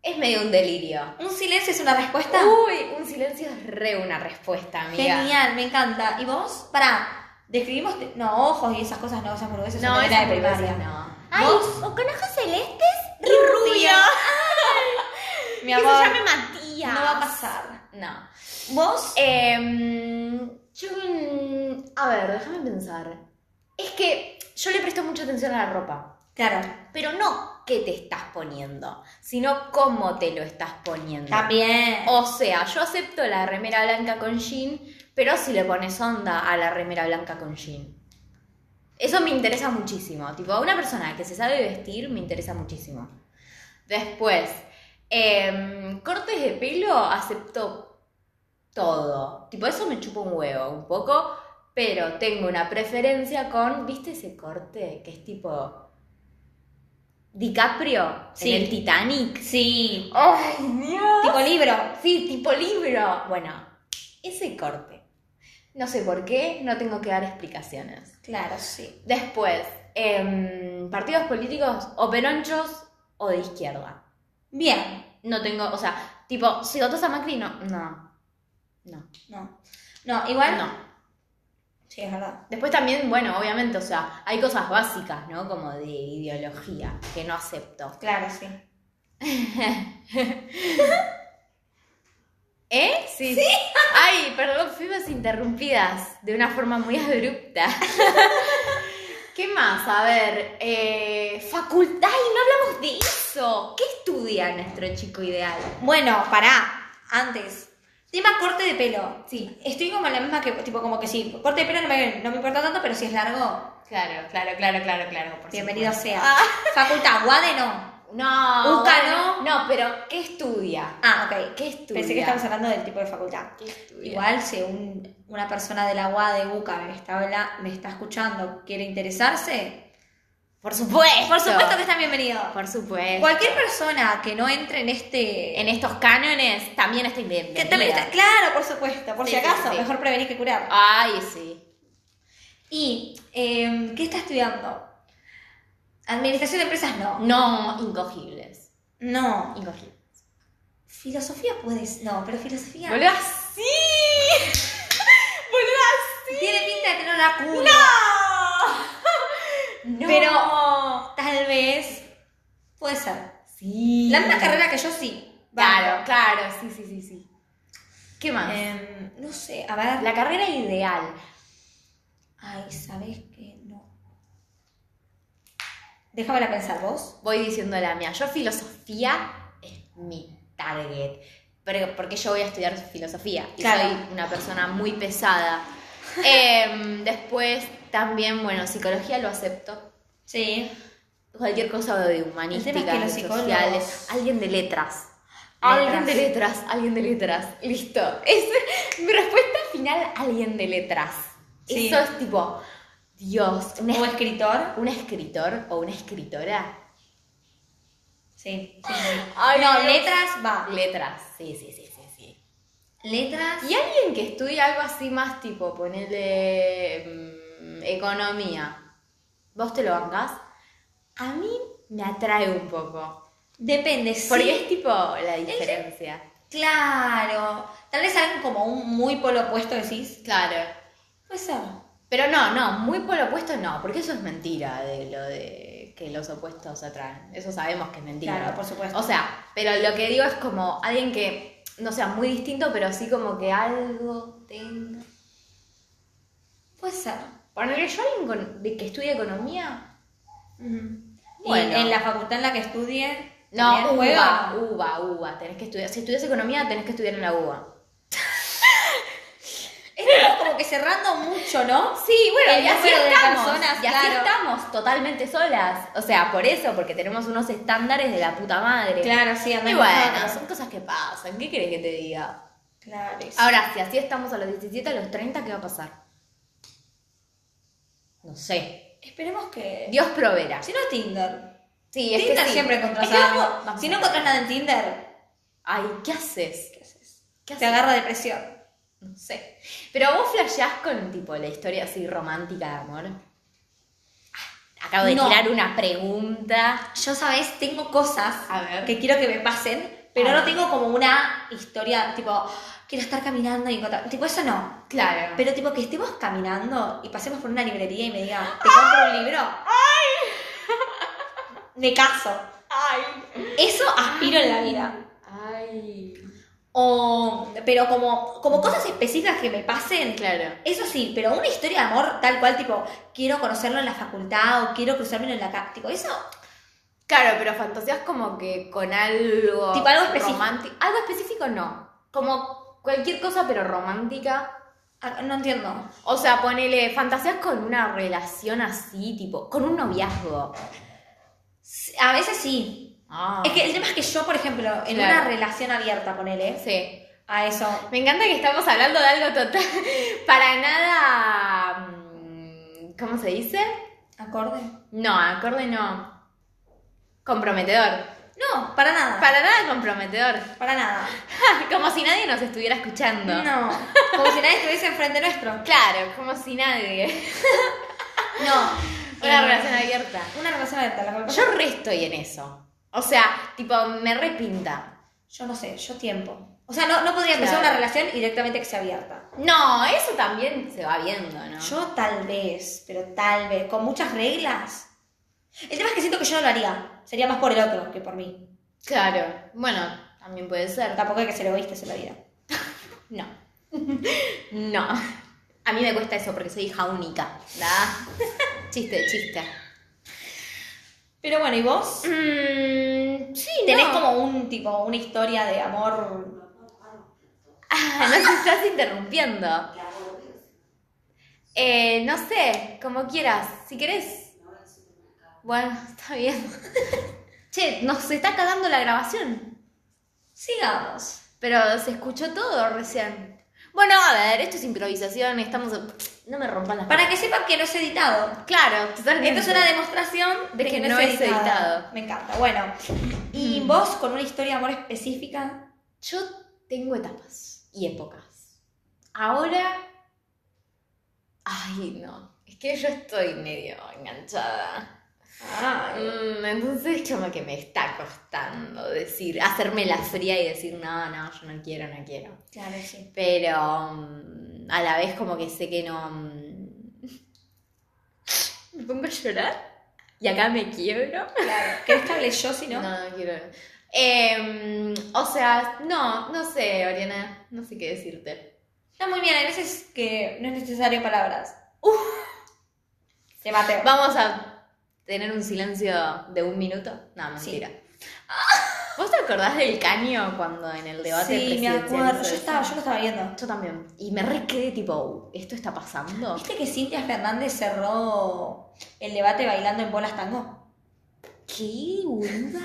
Speaker 1: es medio un delirio.
Speaker 2: ¿Un silencio es una respuesta?
Speaker 1: Uy, un silencio es re una respuesta, Uh, amiga.
Speaker 2: Genial, me encanta. ¿Y vos? Pará, describimos. te- No, ojos y esas cosas no, esas hamburguesas
Speaker 1: No,
Speaker 2: son
Speaker 1: esa
Speaker 2: de primaria.
Speaker 1: no.
Speaker 2: Ay,
Speaker 3: ¿Vos? o con ojos celestes
Speaker 2: Y rubia.
Speaker 1: Mi
Speaker 3: que
Speaker 1: amor.
Speaker 3: se llame Matías.
Speaker 2: No va a pasar.
Speaker 1: No.
Speaker 2: ¿Vos?
Speaker 1: Eh, Em, yo. mm, A ver, déjame pensar. Es que yo le presto mucha atención a la ropa.
Speaker 2: Claro.
Speaker 1: Pero no qué te estás poniendo, sino cómo te lo estás poniendo.
Speaker 2: También.
Speaker 1: O sea, yo acepto la remera blanca con jean, pero si le pones onda a la remera blanca con jean. Eso me interesa muchísimo. Tipo, a una persona que se sabe vestir me interesa muchísimo. Después, em, cortes de pelo acepto todo. Tipo, eso me chupa un huevo un poco, pero tengo una preferencia con, ¿viste ese corte que es tipo DiCaprio
Speaker 2: Sí.
Speaker 1: en el Titanic?
Speaker 2: Sí.
Speaker 1: ¡Ay, Dios!
Speaker 2: Tipo libro.
Speaker 1: Sí, tipo libro. Bueno, ese corte. No sé por qué, no tengo que dar explicaciones.
Speaker 2: Claro, sí.
Speaker 1: Después, em, partidos políticos o peronchos o de izquierda.
Speaker 2: Bien.
Speaker 1: No tengo, o sea, tipo, si votas a Macri, no. No. No.
Speaker 2: No. No, igual.
Speaker 1: no.
Speaker 2: Sí, es verdad.
Speaker 1: Después también, bueno, obviamente, o sea, hay cosas básicas, ¿no? Como de ideología, que no acepto.
Speaker 2: Claro, sí.
Speaker 1: ¿Eh? Sí. Ay, perdón, fuimos interrumpidas de una forma muy abrupta. ¿Qué más? A ver, eh, facultad, Ay, no hablamos de eso. ¿Qué estudia nuestro chico ideal?
Speaker 2: Bueno, pará. Antes. Tema corte de pelo.
Speaker 1: Sí.
Speaker 2: Estoy como en la misma que, tipo, como que sí. Corte de pelo no me, no me importa tanto, pero si es largo,
Speaker 1: Claro, claro, claro, claro, claro. por
Speaker 2: bienvenido
Speaker 1: supuesto.
Speaker 2: sea. Facultad, guade no.
Speaker 1: No,
Speaker 2: Busca,
Speaker 1: bueno, no, pero ¿qué estudia?
Speaker 2: Ah, ok.
Speaker 1: ¿Qué estudia?
Speaker 2: Pensé que estábamos hablando del tipo de facultad.
Speaker 1: ¿Qué estudia?
Speaker 2: Igual, si un- una persona de la UAD de UCA me está, habla- me está escuchando, quiere interesarse,
Speaker 1: Por supuesto.
Speaker 2: por supuesto que están bienvenidos.
Speaker 1: Por supuesto.
Speaker 2: Cualquier persona que no entre en este.
Speaker 1: En estos cánones también está bienvenida.
Speaker 2: que también está- claro, por supuesto, por
Speaker 1: Sí,
Speaker 2: si
Speaker 1: sí,
Speaker 2: acaso,
Speaker 1: sí.
Speaker 2: mejor prevenir que curar.
Speaker 1: Ay, sí.
Speaker 2: ¿Y em, qué está estudiando? Administración de empresas no.
Speaker 1: No, incogibles.
Speaker 2: No.
Speaker 1: Incogibles.
Speaker 2: Filosofía puedes. No, pero filosofía.
Speaker 1: Boluda, sí. Boluda,
Speaker 2: Tiene pinta de tener una cuna.
Speaker 1: sí. No.
Speaker 2: Pero tal vez. Puede ser.
Speaker 1: Sí.
Speaker 2: La misma carrera que yo sí.
Speaker 1: Claro, claro, sí, sí, sí, sí. ¿Qué más?
Speaker 2: Em, no sé, a ver.
Speaker 1: Eh, la carrera ideal.
Speaker 2: Ay, ¿sabes qué? No. Déjamela pensar vos.
Speaker 1: Voy diciendo la mía. Yo filosofía es mi target. Pero porque yo voy a estudiar filosofía. Y
Speaker 2: Claro.
Speaker 1: soy una persona muy pesada. Em, después también, bueno, psicología lo acepto.
Speaker 2: Sí.
Speaker 1: cualquier cosa de humanísticas,
Speaker 2: El tema es que los
Speaker 1: de
Speaker 2: psicólogos-
Speaker 1: sociales, alguien de letras.
Speaker 2: Letras.
Speaker 1: Alguien de letras, alguien de letras. Listo. Es mi respuesta final, alguien de letras.
Speaker 2: Sí.
Speaker 1: Eso es tipo, Dios, un, es-
Speaker 2: ¿O escritor?
Speaker 1: un escritor o una escritora.
Speaker 2: Sí.
Speaker 1: Ay,
Speaker 2: no,
Speaker 1: Dios.
Speaker 2: letras va.
Speaker 1: Letras, sí, sí, sí, sí, sí.
Speaker 2: Letras.
Speaker 1: Y alguien que estudia algo así más tipo, ponele mm, economía. ¿Vos te lo bancás? A mí me atrae un poco.
Speaker 2: Depende, sí.
Speaker 1: Porque es tipo la diferencia.
Speaker 2: Claro. Tal vez alguien como un muy polo opuesto decís.
Speaker 1: Claro.
Speaker 2: Puede ser.
Speaker 1: Pero no, no, muy por lo opuesto no, porque eso es mentira de lo de que los opuestos atraen. Eso sabemos que es mentira.
Speaker 2: Claro, por supuesto.
Speaker 1: O sea, pero lo que digo es como alguien que no sea muy distinto, pero sí como que algo tenga.
Speaker 2: Puede ser.
Speaker 1: Ponerle yo a alguien con- de que estudia economía.
Speaker 2: Y
Speaker 1: Bueno.
Speaker 2: en la facultad en la que estudie.
Speaker 1: No,
Speaker 2: también
Speaker 1: UBA,
Speaker 2: juega.
Speaker 1: UBA, UBA. Tenés que estudiar. Si estudias economía, tenés que estudiar en la UBA.
Speaker 2: Estamos como que cerrando mucho, ¿no?
Speaker 1: Sí, bueno,
Speaker 2: El
Speaker 1: y así
Speaker 2: número de
Speaker 1: estamos,
Speaker 2: personas,
Speaker 1: y así
Speaker 2: claro.
Speaker 1: estamos totalmente solas. O sea, por eso, porque tenemos unos estándares de la puta madre.
Speaker 2: Claro, sí,
Speaker 1: Y
Speaker 2: andamos
Speaker 1: bueno,
Speaker 2: solas.
Speaker 1: son cosas que pasan. ¿Qué querés que te diga?
Speaker 2: Claro. sí.
Speaker 1: Ahora, si así estamos a los 17, a los 30, ¿qué va a pasar? No sé.
Speaker 2: Esperemos que.
Speaker 1: Dios proveerá.
Speaker 2: Si no, Tinder.
Speaker 1: Sí, es que
Speaker 2: Tinder
Speaker 1: sí.
Speaker 2: siempre encontrás
Speaker 1: Es que
Speaker 2: algo.
Speaker 1: vamos- vamos
Speaker 2: si no
Speaker 1: a-
Speaker 2: encontrás nada en Tinder,
Speaker 1: Ay, ¿qué haces?
Speaker 2: ¿qué haces?
Speaker 1: ¿Qué
Speaker 2: Te
Speaker 1: haces?
Speaker 2: agarra depresión.
Speaker 1: No sé. Pero vos flasheás con, tipo, la historia así romántica de amor. Ah, Acabo de
Speaker 2: No.
Speaker 1: tirar una pregunta.
Speaker 2: Yo, sabes, tengo cosas
Speaker 1: A ver.
Speaker 2: que quiero que me pasen, Pero
Speaker 1: Claro.
Speaker 2: no tengo como una historia, tipo, quiero estar caminando y encontrar. Tipo, eso no.
Speaker 1: Claro.
Speaker 2: Pero tipo, que estemos caminando y pasemos por una librería y me diga, ¿te compro un libro? ¡Ay! Me caso.
Speaker 1: Ay.
Speaker 2: Eso aspiro en la vida.
Speaker 1: Ay.
Speaker 2: O, pero como, como cosas específicas que me pasen,
Speaker 1: Claro.
Speaker 2: eso sí, pero una historia de amor tal cual, tipo, quiero conocerlo en la facultad o quiero cruzármelo en la calle, tipo, eso,
Speaker 1: Claro, pero fantasías como que con algo.
Speaker 2: Tipo algo específico.
Speaker 1: romántico. Algo específico no. Como cualquier cosa, pero romántica.
Speaker 2: ah, no entiendo.
Speaker 1: O sea, ponele fantasías con una relación así, tipo, con un noviazgo.
Speaker 2: A veces sí.
Speaker 1: Ah.
Speaker 2: Es que el tema es que yo, por ejemplo, en
Speaker 1: Claro.
Speaker 2: una relación abierta, ponele,
Speaker 1: Sí.
Speaker 2: a eso.
Speaker 1: Me encanta que estamos hablando de algo total. Para nada. mm, ¿Cómo se dice?
Speaker 2: ¿Acorde?
Speaker 1: No, acorde no. Comprometedor.
Speaker 2: No, para nada. Para,
Speaker 1: Para nada comprometedor.
Speaker 2: nada.
Speaker 1: Como si nadie nos estuviera escuchando.
Speaker 2: No. Como si nadie estuviese enfrente nuestro.
Speaker 1: Claro, como si nadie.
Speaker 2: No.
Speaker 1: Una
Speaker 2: Eh,
Speaker 1: relación abierta.
Speaker 2: Una relación abierta, la cual-
Speaker 1: Yo re estoy en eso. O sea, tipo, me repinta.
Speaker 2: Yo no sé, yo tiempo. O sea, no, no podría empezar
Speaker 1: Claro.
Speaker 2: una relación y directamente que sea abierta.
Speaker 1: No, eso también se va viendo, ¿no?
Speaker 2: Yo tal vez, pero tal vez, con muchas reglas. El tema es que siento que yo no lo haría. Sería más por el otro que por mí.
Speaker 1: Claro. Bueno, también puede ser.
Speaker 2: Tampoco hay que ser egoístas en la vida.
Speaker 1: No. no. A mí me cuesta eso porque soy hija única. ¿da? chiste, chiste.
Speaker 2: Pero bueno, ¿y vos?
Speaker 1: Mm, sí,
Speaker 2: ¿Tenés
Speaker 1: no.
Speaker 2: como un tipo, una historia de amor?
Speaker 1: Ah, nos estás interrumpiendo. Eh, no sé, como quieras. Si querés. Bueno, está bien. che, nos está cagando la grabación.
Speaker 2: Sigamos.
Speaker 1: Pero se escuchó todo recién. Bueno, a ver, esto es improvisación. Estamos. No me rompan las
Speaker 2: Para que sepan que no es editado.
Speaker 1: Claro,
Speaker 2: Esto es una demostración de que, no, es editado. Mm. Me encanta. Bueno, ¿y vos con una historia de amor específica?
Speaker 1: Yo tengo etapas y épocas. Ahora. Ay, no. Es que yo estoy medio enganchada. Mm, Entonces, como que me está costando decir, hacerme la fría y decir, no, no, yo no quiero, no quiero.
Speaker 2: Claro, sí.
Speaker 1: Pero mm, a la vez, como que sé que no. mm. Me pongo a llorar y acá me quiebro.
Speaker 2: Claro. ¿Querés que hable yo si no?
Speaker 1: No, no quiero. Em, o sea, no, no sé, Oriana, no sé qué decirte.
Speaker 2: Está muy bien, hay veces que no es necesario palabras. Te mateo.
Speaker 1: Vamos a tener un silencio de un minuto. No, mentira. ¿Vos te acordás del caño cuando en el debate
Speaker 2: sí, me
Speaker 1: presidencial
Speaker 2: acuerdo.
Speaker 1: hizo
Speaker 2: Yo, estaba, yo
Speaker 1: eso?
Speaker 2: lo estaba viendo.
Speaker 1: Yo también. Y me re quedé tipo, "Uh, ¿esto está pasando?
Speaker 2: ¿Viste que Cintia Fernández cerró el debate bailando en bolas tango?
Speaker 1: ¿Qué, boluda?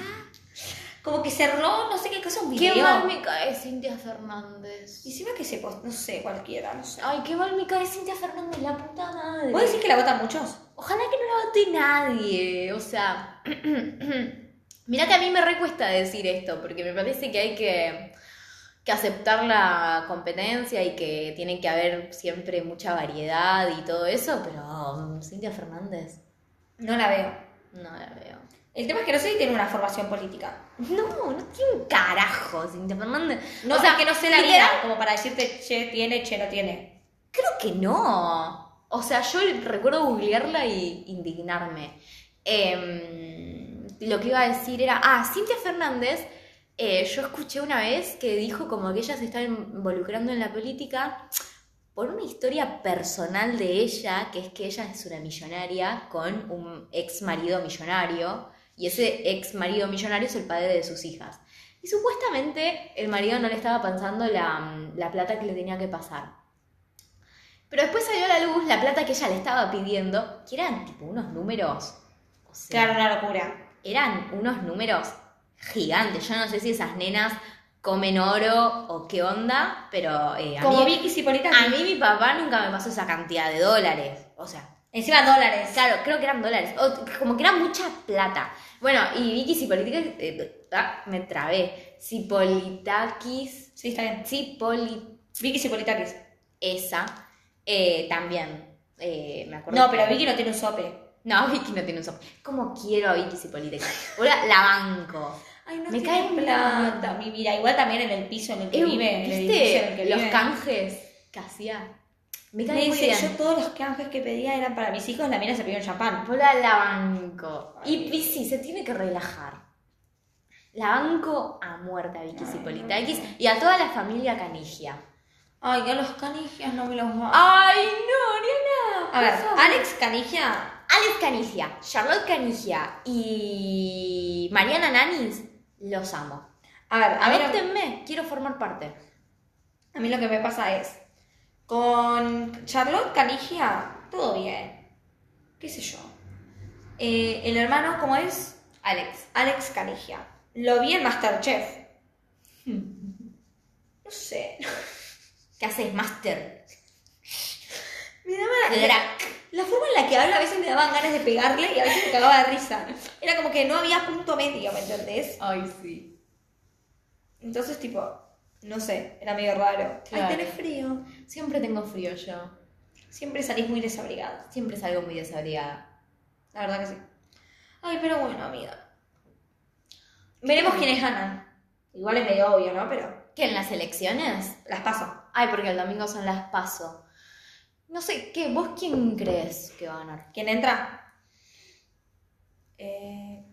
Speaker 2: Como que cerró, no sé qué cosa, un video.
Speaker 1: Qué mal me cae Cintia Fernández.
Speaker 2: Y encima que se post... no sé, cualquiera, no sé.
Speaker 1: Ay, qué mal me cae Cintia Fernández, la puta madre.
Speaker 2: ¿Vos decís que la votan muchos?
Speaker 1: Ojalá que no la vote nadie. O sea, mirá que a mí me recuesta decir esto, porque me parece que hay que, que aceptar la competencia y que tiene que haber siempre mucha variedad y todo eso, pero mm, Cintia Fernández
Speaker 2: No la veo.
Speaker 1: no la veo.
Speaker 2: El tema es que no sé si tiene una formación política.
Speaker 1: No, no tiene un carajo Cintia Fernández.
Speaker 2: No,
Speaker 1: o sea,
Speaker 2: es que no sé la
Speaker 1: literal,
Speaker 2: vida como para decirte, che, tiene, che, no tiene.
Speaker 1: Creo que no. O sea, yo recuerdo googlearla y indignarme. Em, lo que iba a decir era, ah, Cintia Fernández, eh, yo escuché una vez que dijo como que ella se está involucrando en la política por una historia personal de ella, que es que ella es una millonaria con un ex marido millonario, y ese ex marido millonario es el padre de sus hijas. Y supuestamente el marido no le estaba pensando la, mm, la plata que le tenía que pasar. Pero después salió a la luz la plata que ella le estaba pidiendo, que eran tipo unos números. o sea,
Speaker 2: Claro, una locura.
Speaker 1: eran unos números gigantes. Yo no sé si esas nenas comen oro o qué onda, pero eh, a,
Speaker 2: Como
Speaker 1: mí,
Speaker 2: Vicky Cipolita.
Speaker 1: a mí mi papá nunca me pasó esa cantidad de dólares. O sea,
Speaker 2: Encima dólares.
Speaker 1: claro, creo que eran dólares. O, como que era mucha plata. Bueno, y Vicky Cipolitakis, eh, ah, me trabé. Cipolitakis,
Speaker 2: Sí, está bien.
Speaker 1: Cipoli,
Speaker 2: Vicky Cipolitakis.
Speaker 1: esa, eh, también. eh, me acuerdo
Speaker 2: No,
Speaker 1: que-
Speaker 2: pero Vicky no tiene un sope.
Speaker 1: No, Vicky no tiene un soporte. ¿Cómo quiero a Vicky Cipolitakis? Ahora la banco.
Speaker 2: Ay, no
Speaker 1: Me
Speaker 2: tiene
Speaker 1: cae
Speaker 2: plata.
Speaker 1: mal.
Speaker 2: Mi vida, igual también en el piso en el que
Speaker 1: Eh,
Speaker 2: vive. en el edificio en el
Speaker 1: ¿Viste
Speaker 2: que
Speaker 1: los
Speaker 2: vive.
Speaker 1: canjes que hacía? Me
Speaker 2: Me
Speaker 1: cae muy
Speaker 2: dice,
Speaker 1: bien.
Speaker 2: yo todos los canjes que pedía eran para mis hijos, la mina se pidió en champán.
Speaker 1: Bola la banco.
Speaker 2: Ay.
Speaker 1: Y Pisi se tiene que relajar. La banco a muerte a Vicky X y a toda la familia Canigia.
Speaker 2: Ay, que los canigias no me los va.
Speaker 1: ¡Ay, no, Ariana!
Speaker 2: Ah, a ver, Alex Canigia.
Speaker 1: Alex Canigia, Charlotte Canigia y Mariana Nanis, los amo.
Speaker 2: A ver, a ver.
Speaker 1: Adóptenme, quiero formar parte.
Speaker 2: A mí lo que me pasa es, con Charlotte Canigia, todo bien. ¿Qué sé yo? Eh, el hermano, ¿cómo es? Alex. Alex Canigia. Lo vi en Masterchef. No sé.
Speaker 1: ¿Qué haces, Master?
Speaker 2: Me daba la,
Speaker 1: Crack.
Speaker 2: la forma en la que habla a veces me daban ganas de pegarle y a veces me cagaba de risa. Era como que no había punto medio, ¿me entendés?
Speaker 1: Ay, sí.
Speaker 2: Entonces, tipo, no sé, era medio raro.
Speaker 1: Claro.
Speaker 2: Ay, tenés frío.
Speaker 1: Siempre tengo frío yo.
Speaker 2: Siempre salís muy desabrigada.
Speaker 1: Siempre salgo muy desabrigada.
Speaker 2: La verdad que sí. Ay, pero bueno, amiga. Veremos quiénes ganan. Igual es medio obvio, ¿no? Pero
Speaker 1: ¿Que en las elecciones?
Speaker 2: las paso.
Speaker 1: Ay, porque el domingo son las paso. No sé, ¿qué? ¿Vos quién crees que va a ganar?
Speaker 2: ¿Quién entra? Eh,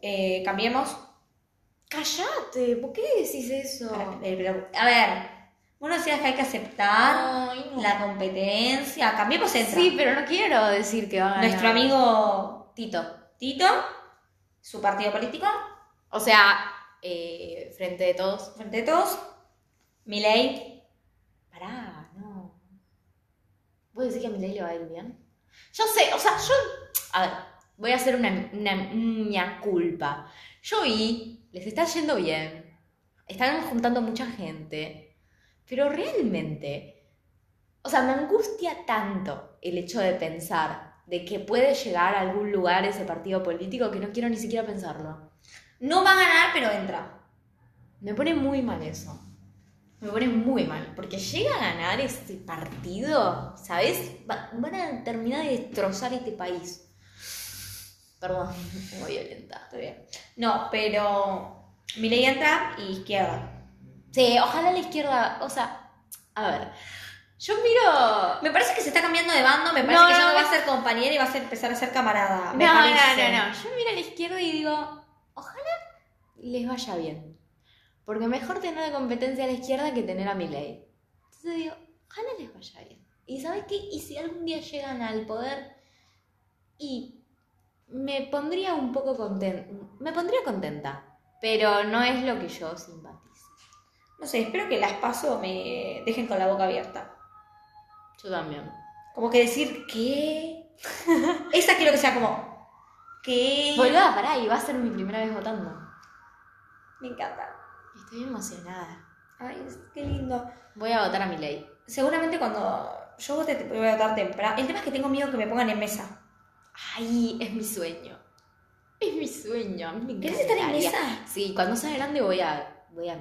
Speaker 2: eh, cambiemos.
Speaker 1: Cállate, ¿por qué decís eso?
Speaker 2: Para- eh, pero- a ver, vos no decías que hay que aceptar
Speaker 1: Ay, no.
Speaker 2: la competencia. Cambiemos entra.
Speaker 1: Sí, pero no quiero decir que va a ganar.
Speaker 2: Nuestro amigo
Speaker 1: Tito.
Speaker 2: Tito, su partido político,
Speaker 1: O sea, eh, frente de todos.
Speaker 2: frente a todos. Milei.
Speaker 1: Pará, no. ¿Vos decís que a mi ley le va a ir bien? Yo sé, o sea, yo. A ver, voy a hacer una, una, mea culpa. Yo vi, les está yendo bien. Están juntando mucha gente. Pero realmente. O sea, me angustia tanto el hecho de pensar de que puede llegar a algún lugar ese partido político que no quiero ni siquiera pensarlo.
Speaker 2: No va a ganar, pero entra.
Speaker 1: Me pone muy mal eso. Me pone muy mal. Porque llega a ganar este partido, ¿sabes? Va- van a terminar de destrozar este país. Perdón, muy violenta.
Speaker 2: Está bien. No, pero Milei entra y izquierda.
Speaker 1: Sí, ojalá la izquierda. O sea, a ver. Yo miro.
Speaker 2: Me parece que se está cambiando de bando, me parece
Speaker 1: No,
Speaker 2: que ya
Speaker 1: no,
Speaker 2: no va
Speaker 1: no.
Speaker 2: a ser compañera y va a ser, empezar a ser camarada.
Speaker 1: No,
Speaker 2: Ah, me
Speaker 1: no,
Speaker 2: parece.
Speaker 1: no, no. Yo miro a la izquierda y digo, ojalá les vaya bien. Porque mejor tener competencia a la izquierda que tener a Milei. Entonces digo, ojalá les vaya bien. ¿Y sabes qué? Y si algún día llegan al poder y me pondría un poco contenta, me pondría contenta, pero no es lo que yo simpatizo.
Speaker 2: No sé, espero que las paso me dejen con la boca abierta.
Speaker 1: Yo también.
Speaker 2: Como que decir, ¿qué? Esa quiero que sea como, ¿qué?
Speaker 1: Boluda, pará, y va a ser mi primera vez votando.
Speaker 2: Me encanta.
Speaker 1: Estoy emocionada.
Speaker 2: Ay, es- qué lindo.
Speaker 1: Voy a votar a Milei.
Speaker 2: Seguramente cuando yo vote te voy a votar temprano. El tema es que tengo miedo que me pongan en mesa.
Speaker 1: Ay, es mi sueño. Es mi sueño. A mí me
Speaker 2: ¿Querés estar en
Speaker 1: encantaría.
Speaker 2: mesa?
Speaker 1: Sí, cuando sea grande voy a, voy a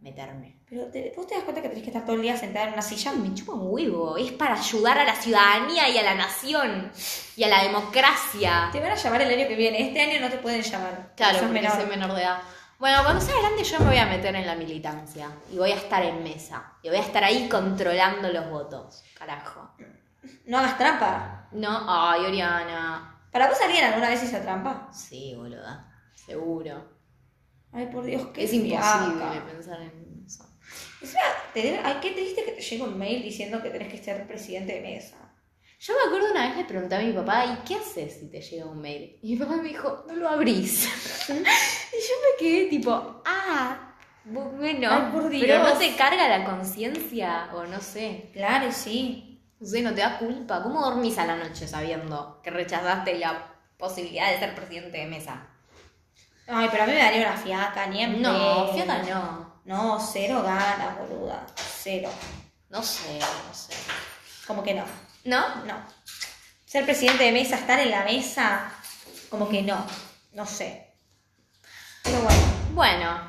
Speaker 1: meterme.
Speaker 2: Pero te- vos te das cuenta que tenés que estar todo el día sentada en una silla.
Speaker 1: Ya me chupa un huevo. Es para ayudar a la ciudadanía y a la nación y a la democracia.
Speaker 2: Te van a llamar el año que viene. Este año no te pueden llamar.
Speaker 1: Claro,
Speaker 2: Sos
Speaker 1: porque
Speaker 2: menor.
Speaker 1: soy menor de edad. Bueno, cuando sea grande yo me voy a meter en la militancia y voy a estar en mesa y voy a estar ahí controlando los votos. Carajo.
Speaker 2: No hagas trampa.
Speaker 1: No, ay, Oriana.
Speaker 2: ¿Para vos alguien alguna vez hizo trampa?
Speaker 1: Sí, boluda. Seguro.
Speaker 2: Ay, por Dios, qué
Speaker 1: es imposible
Speaker 2: fiaca.
Speaker 1: pensar en eso.
Speaker 2: Encima, te debe- Ay, qué triste que te llegue un mail diciendo que tenés que ser presidente de mesa.
Speaker 1: Yo me acuerdo una vez le pregunté a mi papá, ¿y qué haces si te llega un mail? Y mi papá me dijo, no lo abrís. y yo me quedé tipo, ah, bu- bueno,
Speaker 2: Ay, por
Speaker 1: pero no
Speaker 2: Dios.
Speaker 1: te carga la conciencia o no sé.
Speaker 2: Claro, sí.
Speaker 1: No sé, no te da culpa. ¿Cómo dormís a la noche sabiendo que rechazaste la posibilidad de ser presidente de mesa?
Speaker 2: Ay, pero a mí me daría una fiaca, ni en
Speaker 1: No,
Speaker 2: pedo.
Speaker 1: fiota no.
Speaker 2: No, cero ganas, boluda. Cero.
Speaker 1: No sé, no sé.
Speaker 2: Como que no.
Speaker 1: ¿No?
Speaker 2: No. Ser presidente de mesa, estar en la mesa, como que no. No sé. Pero bueno.
Speaker 1: Bueno,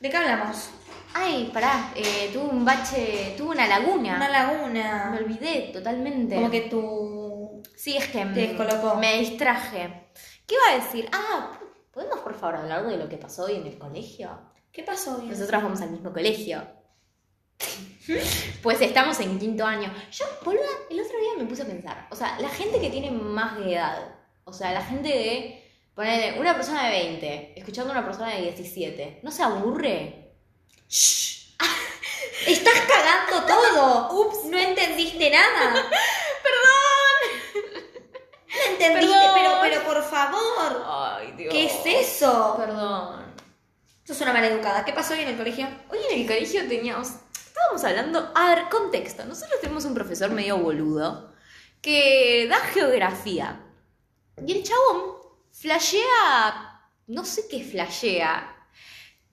Speaker 2: ¿De qué hablamos?
Speaker 1: ay, pará, eh, tuve un bache, tuve una laguna.
Speaker 2: Una laguna.
Speaker 1: Me olvidé totalmente.
Speaker 2: Como que tu...
Speaker 1: Sí, es que
Speaker 2: Te
Speaker 1: me-
Speaker 2: descolocó.
Speaker 1: me distraje. ¿Qué iba a decir? Ah, ¿Podemos por favor hablar de lo que pasó hoy en el colegio?
Speaker 2: ¿Qué pasó hoy?
Speaker 1: Nosotras vamos al mismo colegio. Pues estamos en quinto año. Yo, boluda, el otro día me puse a pensar. O sea, la gente que tiene más de edad. O sea, la gente de. Ponele, una persona de 20, escuchando a una persona de 17. ¿No se aburre?
Speaker 2: Estás cagando todo. Ups. No entendiste nada. No entendiste,
Speaker 1: Perdón.
Speaker 2: pero, pero por favor.
Speaker 1: Ay, Dios.
Speaker 2: ¿Qué es eso?
Speaker 1: Perdón.
Speaker 2: Sos una maleducada. ¿Qué pasó hoy en el colegio?
Speaker 1: Hoy en el colegio teníamos. Estábamos hablando. A ver, contexto. Nosotros tenemos un profesor medio boludo que da geografía. Y el chabón flashea. No sé qué flashea.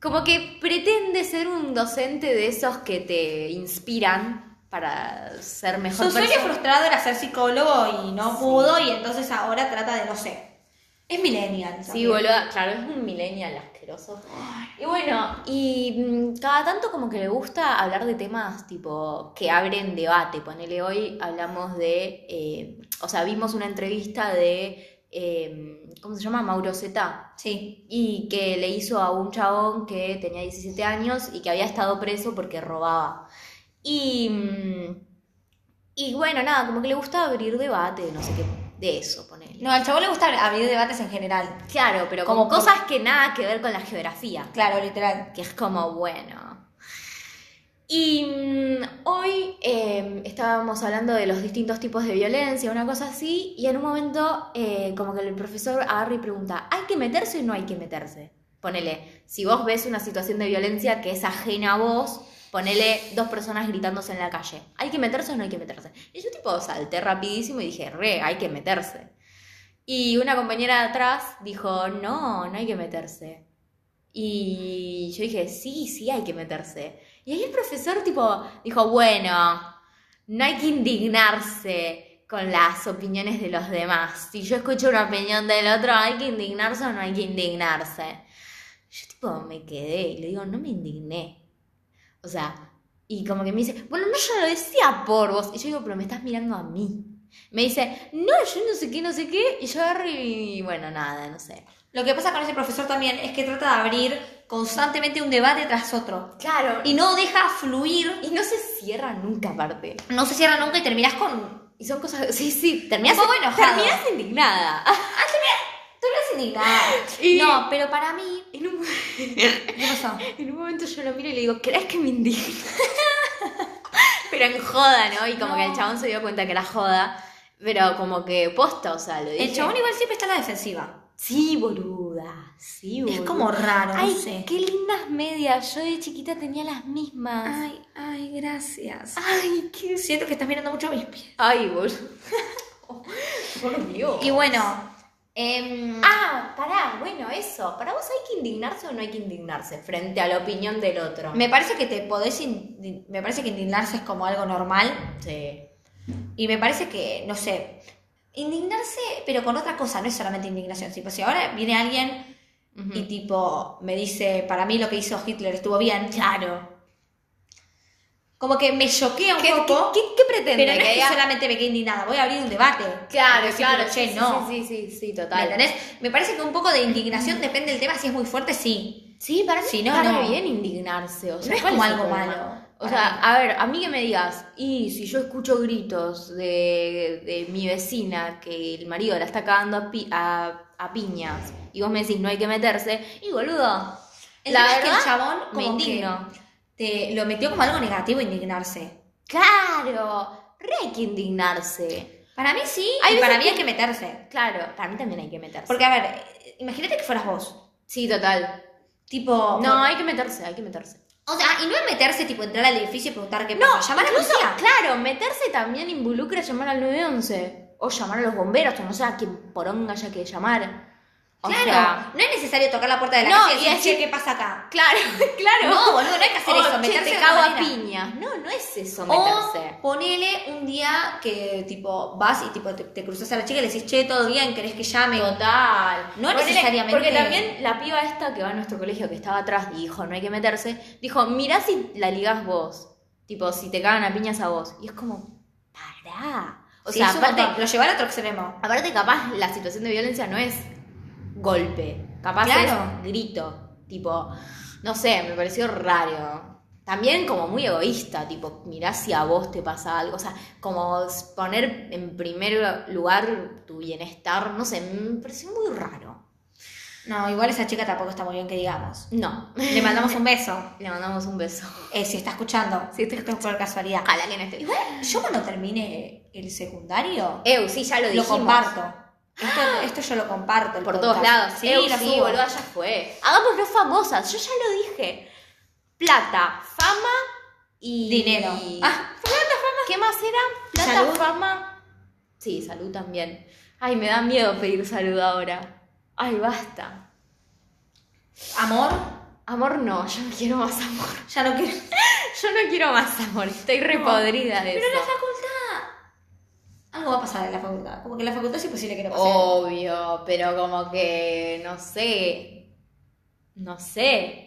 Speaker 1: Como que pretende ser un docente de esos que te inspiran para ser
Speaker 2: Su
Speaker 1: mejor
Speaker 2: sueño
Speaker 1: persona.
Speaker 2: frustrado era ser psicólogo y no pudo y entonces ahora trata de no sé. Es millennial.
Speaker 1: Sí,
Speaker 2: también.
Speaker 1: boluda, claro, es un millennial asqueroso. Y bueno, y mm, cada tanto como que le gusta hablar de temas tipo que abren debate. Ponele hoy hablamos de, eh, o sea, vimos una entrevista de, eh, ¿cómo se llama? Mauro Zeta.
Speaker 2: Sí.
Speaker 1: Y que le hizo a un chabón que tenía 17 años y que había estado preso porque robaba. Y, mm, y bueno, nada, como que le gusta abrir debate, no sé qué, de eso, ponele.
Speaker 2: No, al chavo le gusta abrir debates en general.
Speaker 1: Claro, pero
Speaker 2: Como
Speaker 1: como cosas que nada que ver con la geografía,
Speaker 2: Claro, literal.
Speaker 1: que es como bueno. Y mm, hoy eh, estábamos hablando de los distintos tipos de violencia, una cosa así, y en un momento eh, como que el profesor agarra y pregunta, ¿hay que meterse o no hay que meterse? Ponele, si vos ves una situación de violencia que es ajena a vos, ponele dos personas gritándose en la calle, ¿hay que meterse o no hay que meterse? Y yo tipo salté rapidísimo y dije, re, hay que meterse. Y una compañera de atrás dijo, no, no hay que meterse. Y yo dije, sí, sí, hay que meterse. Y ahí el profesor tipo dijo, bueno, no hay que indignarse con las opiniones de los demás. Si yo escucho una opinión del otro, ¿hay que indignarse o no hay que indignarse? Yo tipo me quedé y le digo, no me indigné. O sea, y como que me dice, bueno, no, yo lo decía por vos. Y yo digo, pero me estás mirando a mí. Me dice, no, yo no sé qué, no sé qué. Y yo agarro y bueno, nada, no sé.
Speaker 2: Lo que pasa con ese profesor también es que trata de abrir constantemente un debate tras otro.
Speaker 1: Claro,
Speaker 2: Y no deja fluir.
Speaker 1: Y no se cierra nunca, aparte.
Speaker 2: No se cierra nunca y terminás con.
Speaker 1: Y son cosas. Sí, sí, terminás,
Speaker 2: Un poco enojado.
Speaker 1: terminás indignada.
Speaker 2: Tú eres indignada.
Speaker 1: Y-
Speaker 2: No, pero para mí.
Speaker 1: En un,
Speaker 2: ¿Qué pasó?
Speaker 1: en un momento yo lo miro y le digo, ¿crees que me indigne? pero en joda, ¿no? Y como que el chabón se dio cuenta que era joda. Pero como que posta, o sea, lo dije.
Speaker 2: El chabón igual siempre está a la defensiva.
Speaker 1: Sí, boluda. Sí, boluda.
Speaker 2: Es como raro, no
Speaker 1: Ay,
Speaker 2: sé.
Speaker 1: qué lindas medias. Yo de chiquita tenía las mismas.
Speaker 2: ay, gracias.
Speaker 1: Ay, qué.
Speaker 2: Siento que estás mirando mucho a mis pies.
Speaker 1: Ay, boludo. Por Dios.
Speaker 2: Y bueno, em,
Speaker 1: Ah, pará, bueno, eso. ¿Para vos hay que indignarse o no hay que indignarse frente a la opinión del otro?
Speaker 2: me parece que te podés indi- me parece que indignarse es como algo normal
Speaker 1: Sí.
Speaker 2: y me parece que no sé, indignarse pero con otra cosa, no es solamente indignación, tipo si ahora viene alguien y tipo me dice, "Para mí lo que hizo Hitler estuvo bien." Claro. Como que me choquea un
Speaker 1: ¿Qué,
Speaker 2: poco,
Speaker 1: qué- qué- qué pretende?
Speaker 2: pero no es
Speaker 1: que
Speaker 2: que
Speaker 1: diga-
Speaker 2: solamente me quede indignada, voy a abrir un debate.
Speaker 1: Claro,
Speaker 2: Decir,
Speaker 1: claro.
Speaker 2: pero,
Speaker 1: sí,
Speaker 2: che,
Speaker 1: sí,
Speaker 2: no.
Speaker 1: Sí, sí, sí,
Speaker 2: ¿Me
Speaker 1: total.
Speaker 2: entendés? Me parece que un poco de indignación depende del tema, si es muy fuerte, sí.
Speaker 1: Sí, para mí
Speaker 2: Si no,
Speaker 1: está re
Speaker 2: no.
Speaker 1: bien indignarse. O sea,
Speaker 2: No es
Speaker 1: ¿cuál
Speaker 2: como
Speaker 1: el
Speaker 2: algo
Speaker 1: problema?
Speaker 2: malo.
Speaker 1: O sea, a ver, a mí que me digas, y si yo escucho gritos de, de mi vecina que el marido la está cagando a, pi- a- a piñas, y vos me decís no hay que meterse, y boludo,
Speaker 2: El
Speaker 1: la
Speaker 2: tema es
Speaker 1: verdad,
Speaker 2: que el chabón
Speaker 1: me
Speaker 2: como que
Speaker 1: indigno.
Speaker 2: te lo metió como algo negativo indignarse.
Speaker 1: Claro, re hay que indignarse.
Speaker 2: Para mí sí,
Speaker 1: Hay
Speaker 2: y
Speaker 1: veces
Speaker 2: para mí
Speaker 1: que-
Speaker 2: hay que meterse.
Speaker 1: Claro, para mí también hay que meterse.
Speaker 2: Porque, a ver, eh, imagínate que fueras vos.
Speaker 1: Sí, total.
Speaker 2: Tipo.
Speaker 1: No, hay que meterse, hay que meterse.
Speaker 2: O sea, y no es meterse, tipo, entrar al edificio y preguntar qué pasa. Llamar a la
Speaker 1: incluso,
Speaker 2: policía.
Speaker 1: Claro, meterse también involucra llamar al 911. O llamar a los bomberos, o no sé a quién poronga haya que llamar. O
Speaker 2: Claro.
Speaker 1: sea,
Speaker 2: no es necesario tocar la puerta de la
Speaker 1: No,
Speaker 2: casa y
Speaker 1: y
Speaker 2: decir,
Speaker 1: decir-
Speaker 2: "Che, ¿qué pasa acá?
Speaker 1: claro, claro.
Speaker 2: No, boludo, no hay que hacer
Speaker 1: O,
Speaker 2: eso.
Speaker 1: che,
Speaker 2: Meterse
Speaker 1: te
Speaker 2: de
Speaker 1: cago
Speaker 2: otra
Speaker 1: a
Speaker 2: manera.
Speaker 1: piñas. No, no es eso meterse.
Speaker 2: O ponele un día que, tipo, vas y, tipo, te, te cruzas a la chica y le decís, che, todo bien, querés que llame.
Speaker 1: Total.
Speaker 2: No
Speaker 1: Ponele-
Speaker 2: necesariamente-
Speaker 1: Porque también la piba esta que va a nuestro colegio, que estaba atrás y dijo, no hay que meterse, dijo, mirá si la ligás vos. Tipo, si te cagan a piñas a vos. Y es como, pará. O
Speaker 2: Sí,
Speaker 1: sea,
Speaker 2: es un
Speaker 1: aparte,
Speaker 2: montón. lo llevar al otro extremo.
Speaker 1: aparte capaz la situación de violencia no es golpe. Capaz
Speaker 2: Claro.
Speaker 1: es grito. Tipo, no sé, me pareció raro. También como muy egoísta, tipo, mirá si a vos te pasa algo. O sea, como poner en primer lugar tu bienestar, no sé, me pareció muy raro.
Speaker 2: No, igual esa chica tampoco está muy bien que digamos.
Speaker 1: No.
Speaker 2: Le mandamos un beso.
Speaker 1: Le mandamos un beso.
Speaker 2: Eh, si está escuchando.
Speaker 1: Si está
Speaker 2: Esto es por casualidad.
Speaker 1: Ojalá que no esté.
Speaker 2: Igual, yo cuando termine el secundario,
Speaker 1: Eu, sí, ya lo
Speaker 2: lo
Speaker 1: dijimos.
Speaker 2: comparto. Esto, esto yo lo comparto. el
Speaker 1: Por
Speaker 2: podcast.
Speaker 1: todos lados.
Speaker 2: Sí,
Speaker 1: Eu,
Speaker 2: lo
Speaker 1: sí,
Speaker 2: subo.
Speaker 1: boluda, ya fue. Hagámoslo famosas. Yo ya lo dije. Plata, fama y...
Speaker 2: Dinero. Ah,
Speaker 1: ¿Qué más era? Plata,
Speaker 2: Salud.
Speaker 1: fama. Sí, salud también. Ay, me da miedo pedir salud ahora. Ay, basta.
Speaker 2: amor,
Speaker 1: Amor no, yo no quiero más amor.
Speaker 2: ya no quiero.
Speaker 1: Yo no quiero más amor, estoy repodrida de
Speaker 2: Pero
Speaker 1: eso.
Speaker 2: la facultad. Algo va a pasar en la facultad. Como que en la facultad es imposible que no pase.
Speaker 1: Oh. Obvio, pero como que no sé. No sé.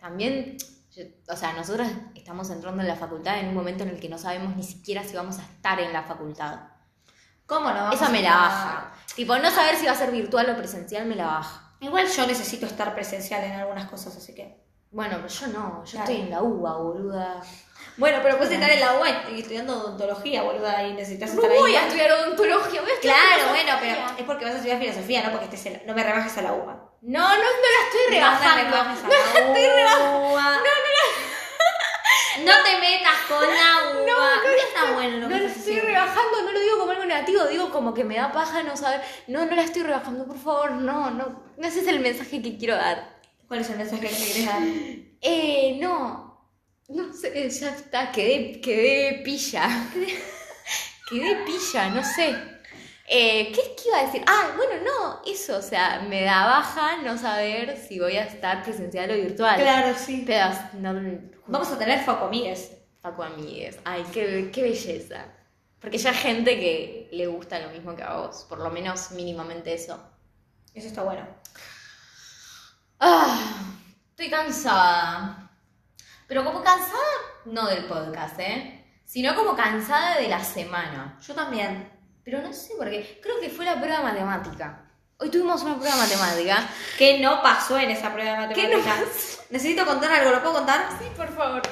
Speaker 1: También, yo- o sea, nosotros estamos entrando en la facultad en un momento en el que no sabemos ni siquiera si vamos a estar en la facultad.
Speaker 2: ¿Cómo no? vamos
Speaker 1: Esa
Speaker 2: a
Speaker 1: me la
Speaker 2: estar?
Speaker 1: baja. Tipo, no saber si va a ser virtual o presencial me la baja.
Speaker 2: Igual yo necesito estar presencial en algunas cosas, así que.
Speaker 1: Bueno, pero yo no, yo
Speaker 2: Claro.
Speaker 1: estoy en la UBA, boluda.
Speaker 2: Bueno, pero puedes estar en la UAI y estudiando odontología, boluda, y necesitas
Speaker 1: No
Speaker 2: estar ahí.
Speaker 1: voy a estudiar odontología, voy a estudiar
Speaker 2: Claro, bueno,
Speaker 1: filosofía.
Speaker 2: pero es porque vas a estudiar filosofía, no porque estés en la- no me rebajes a la UBA.
Speaker 1: No, no, no la estoy rebajando.
Speaker 2: No me rebajes a
Speaker 1: No
Speaker 2: la
Speaker 1: la estoy rebajando.
Speaker 2: UBA. No te metas con la UBA. No, está bueno
Speaker 1: No la
Speaker 2: lo que estás
Speaker 1: estoy
Speaker 2: haciendo.
Speaker 1: rebajando, no lo digo como algo negativo, digo como que me da paja no saber. No, no la estoy rebajando, por favor, no, no. No ese es el mensaje que quiero dar.
Speaker 2: ¿Cuál es el mensaje que te querés dar?
Speaker 1: Eh, no. No sé, eh, ya está, quedé, quedé pilla. quedé pilla, no sé. Eh, ¿qué, ¿Qué iba a decir? Ah, bueno, no, eso, o sea, me da baja no saber si voy a estar presencial o virtual.
Speaker 2: Claro, sí.
Speaker 1: Pero no,
Speaker 2: Vamos a tener foco, amigues.
Speaker 1: Paco Amigues. Ay, qué, qué belleza. Porque ya hay gente que le gusta lo mismo que a vos, por lo menos mínimamente eso.
Speaker 2: Eso está bueno.
Speaker 1: Ah, estoy cansada. Pero como cansada, no del podcast, ¿eh? Sino como cansada de la semana.
Speaker 2: Yo también.
Speaker 1: Pero no sé por qué. Creo que fue la prueba de matemática. Hoy tuvimos una prueba de matemática.
Speaker 2: ¿Qué no pasó en esa prueba de matemática?
Speaker 1: ¿Qué no pasó?
Speaker 2: Necesito contar algo, ¿lo puedo contar?
Speaker 1: Sí, por favor.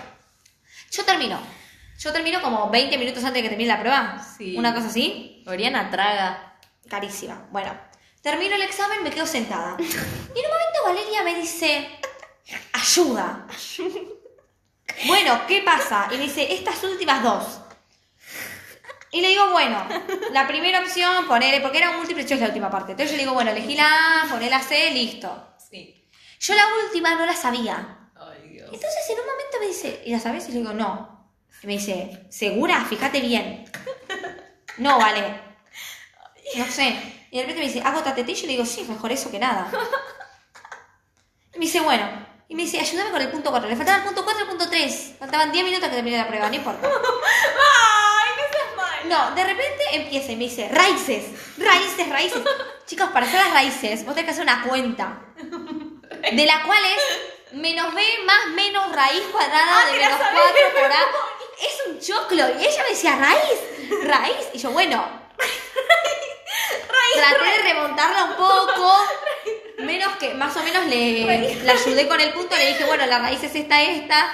Speaker 2: Yo termino. Yo termino como 20 minutos antes de que termine la prueba.
Speaker 1: Sí.
Speaker 2: Una cosa así.
Speaker 1: Oriana traga.
Speaker 2: Carísima. Bueno, termino el examen, me quedo sentada. Y en un momento Valeria me dice, ayuda. Bueno, ¿qué pasa? Y me dice, estas últimas dos. Y le digo, bueno, la primera opción, ponele, porque era un múltiple choice la última parte. Entonces yo le digo, bueno, elegí la A, poné la C, listo.
Speaker 1: Sí.
Speaker 2: Yo la última no la sabía.
Speaker 1: Ay, Dios.
Speaker 2: Entonces en un momento me dice, ¿y la sabes? Y le digo, no. Y me dice, ¿segura? Fíjate bien. No, vale. No sé. Y de repente me dice, ¿hago tatetillo? Y le digo, sí, mejor eso que nada. Y me dice, bueno. Y me dice, ayúdame con el punto 4. Le faltaba el punto 4 y el punto 3. Faltaban 10 minutos que terminé la prueba, no importa.
Speaker 1: Ay, no seas mal.
Speaker 2: No, de repente empieza y me dice, raíces, raíces, raíces. Chicos, para hacer las raíces, vos tenés que hacer una cuenta. De la cual es menos b más menos raíz cuadrada de menos 4 por a. Es un choclo. Y ella me decía, raíz, raíz. Y yo, bueno. Traté de remontarla un poco. Menos que, más o menos le la ayudé con el punto, le dije, bueno, la raíz es esta, esta,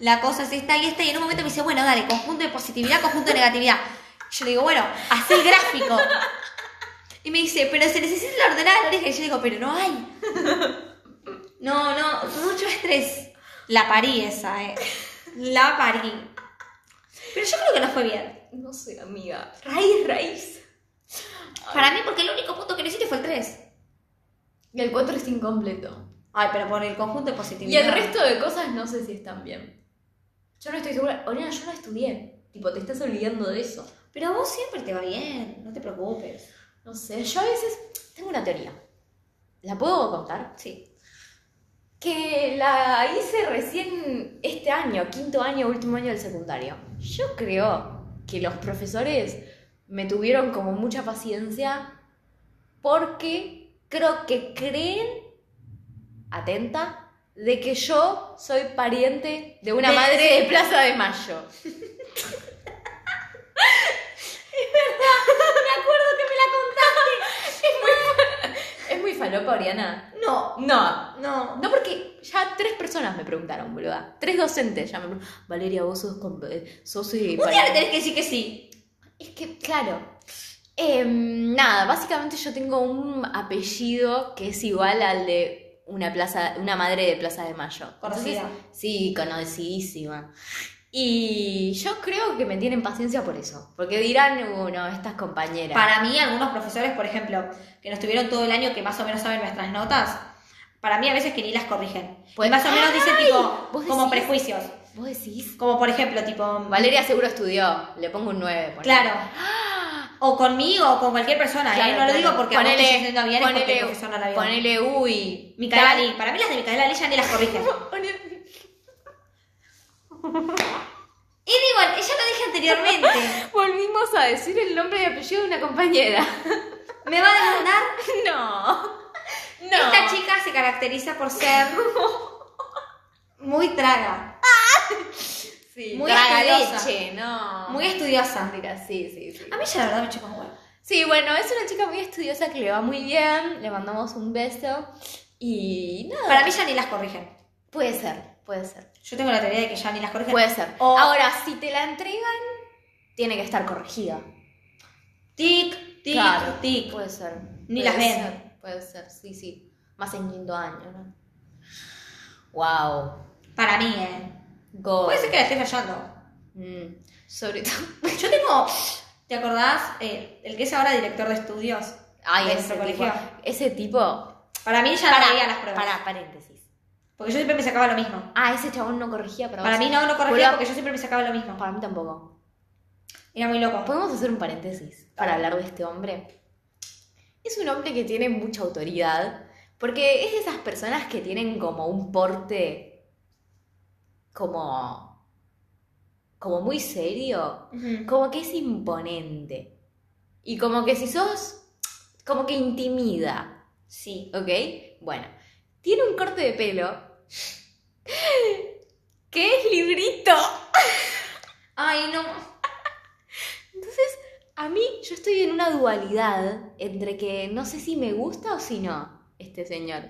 Speaker 2: la cosa es esta y esta, y en un momento me dice, bueno, dale, conjunto de positividad, conjunto de negatividad. Yo le digo, bueno, así el gráfico. Y me dice, pero se necesita la ordenada del origen. Y yo digo, pero no hay. No, no, mucho estrés. La parí esa, eh. La parí. Pero yo creo que no fue bien.
Speaker 1: No sé, amiga. Raíz, raíz.
Speaker 2: Para mí, porque el único punto que no hiciste fue el 3.
Speaker 1: Y el 4 es incompleto.
Speaker 2: Ay, pero por el conjunto de
Speaker 1: Y
Speaker 2: positividad.
Speaker 1: el resto de cosas no sé si están bien. Yo no estoy segura. Oriana, yo no estudié. Tipo, te estás olvidando de eso.
Speaker 2: Pero a vos siempre te va bien, no te preocupes.
Speaker 1: No sé, yo a veces tengo una teoría. ¿La puedo contar?
Speaker 2: Sí.
Speaker 1: Que la hice recién este año, quinto año, último año del secundario. Yo creo que los profesores me tuvieron como mucha paciencia porque creo que creen, atenta, de que yo soy pariente de una
Speaker 2: De-
Speaker 1: madre de Plaza de Mayo.
Speaker 2: Me acuerdo que me la contaste.
Speaker 1: Es muy de loca, Oriana?
Speaker 2: No,
Speaker 1: No.
Speaker 2: no.
Speaker 1: No, porque ya tres personas me preguntaron, boluda. Tres docentes ya me preguntaron. Valeria, vos sos. con- eh, sos eh,
Speaker 2: Un día
Speaker 1: para-
Speaker 2: le tenés que decir que sí.
Speaker 1: Es que, claro. Em, nada, básicamente yo tengo un apellido que es igual al de una plaza, una madre de Plaza de Mayo.
Speaker 2: Conocida.
Speaker 1: Entonces, Sí, conocidísima. Y yo creo que me tienen paciencia por eso. Porque dirán, uno, estas compañeras.
Speaker 2: Para mí, algunos profesores, por ejemplo, que nos tuvieron todo el año, que más o menos saben nuestras notas, para mí a veces que ni las corrigen.
Speaker 1: Pues-
Speaker 2: y más o menos dicen
Speaker 1: ¡Ay!
Speaker 2: tipo,
Speaker 1: ¿Vos
Speaker 2: como
Speaker 1: decís?
Speaker 2: prejuicios.
Speaker 1: Vos decís.
Speaker 2: Como por ejemplo, tipo,
Speaker 1: Valeria seguro estudió, le pongo un 9. ponele.
Speaker 2: claro. O conmigo o con cualquier persona,
Speaker 1: Claro,
Speaker 2: ¿eh? No lo
Speaker 1: claro.
Speaker 2: digo porque a vos te estés yendo bien, es porque el profesor no la
Speaker 1: ponele,
Speaker 2: vio.
Speaker 1: ponele, uy.
Speaker 2: Micaela Lee. Para mí las de Micaela Lee ya ni las corrigen.
Speaker 1: Ponele-
Speaker 2: Y digo, ya lo dije anteriormente.
Speaker 1: Volvimos a decir el nombre y apellido de una compañera.
Speaker 2: Me va a demandar.
Speaker 1: No. No.
Speaker 2: Esta chica se caracteriza por ser muy traga,
Speaker 1: Sí,
Speaker 2: muy
Speaker 1: traga
Speaker 2: estudiosa.
Speaker 1: leche, no.
Speaker 2: muy estudiosa.
Speaker 1: Mira, sí, sí, sí.
Speaker 2: A mí ya la verdad me chupa un huevo.
Speaker 1: Sí, bueno, es una chica muy estudiosa que le va muy bien. Le mandamos un beso. Y nada.
Speaker 2: Para mí ya ni las corrigen.
Speaker 1: Puede ser, puede ser.
Speaker 2: Yo tengo la teoría de que ya ni las corrigen.
Speaker 1: Puede ser.
Speaker 2: O-
Speaker 1: Ahora, si te la entregan, tiene que estar corregida.
Speaker 2: Tic, tic,
Speaker 1: Claro.
Speaker 2: tic.
Speaker 1: Puede ser.
Speaker 2: Ni
Speaker 1: Puede
Speaker 2: las ven.
Speaker 1: ser, Puede ser, sí, sí. Más en quinto año, ¿no? Wow.
Speaker 2: Para mí, eh.
Speaker 1: Go.
Speaker 2: Puede ser que la esté fallando.
Speaker 1: Mm, Sobre todo.
Speaker 2: Yo tengo. ¿Te acordás? Eh, el que es ahora director de estudios.
Speaker 1: Ay,
Speaker 2: de
Speaker 1: ese
Speaker 2: nuestro
Speaker 1: tipo.
Speaker 2: colegio.
Speaker 1: Ese tipo.
Speaker 2: Para mí ya no veía las pruebas.
Speaker 1: Para, paréntesis.
Speaker 2: Porque yo siempre me sacaba lo mismo.
Speaker 1: Ah, ese chabón no corregía pruebas.
Speaker 2: Para mí no, no corregía
Speaker 1: Pero-
Speaker 2: porque yo siempre me sacaba lo mismo.
Speaker 1: Para mí tampoco.
Speaker 2: Era muy loco.
Speaker 1: ¿Podemos hacer un paréntesis para hablar de este hombre? Es un hombre que tiene mucha autoridad, porque es de esas personas que tienen como un porte como como muy serio,
Speaker 2: Ujú.
Speaker 1: como que es imponente. Y como que si sos como que intimida.
Speaker 2: Sí.
Speaker 1: ¿Ok? Bueno, tiene un corte de pelo que es librito.
Speaker 2: Ay, no.
Speaker 1: Entonces, a mí yo estoy en una dualidad entre que no sé si me gusta o si no este señor.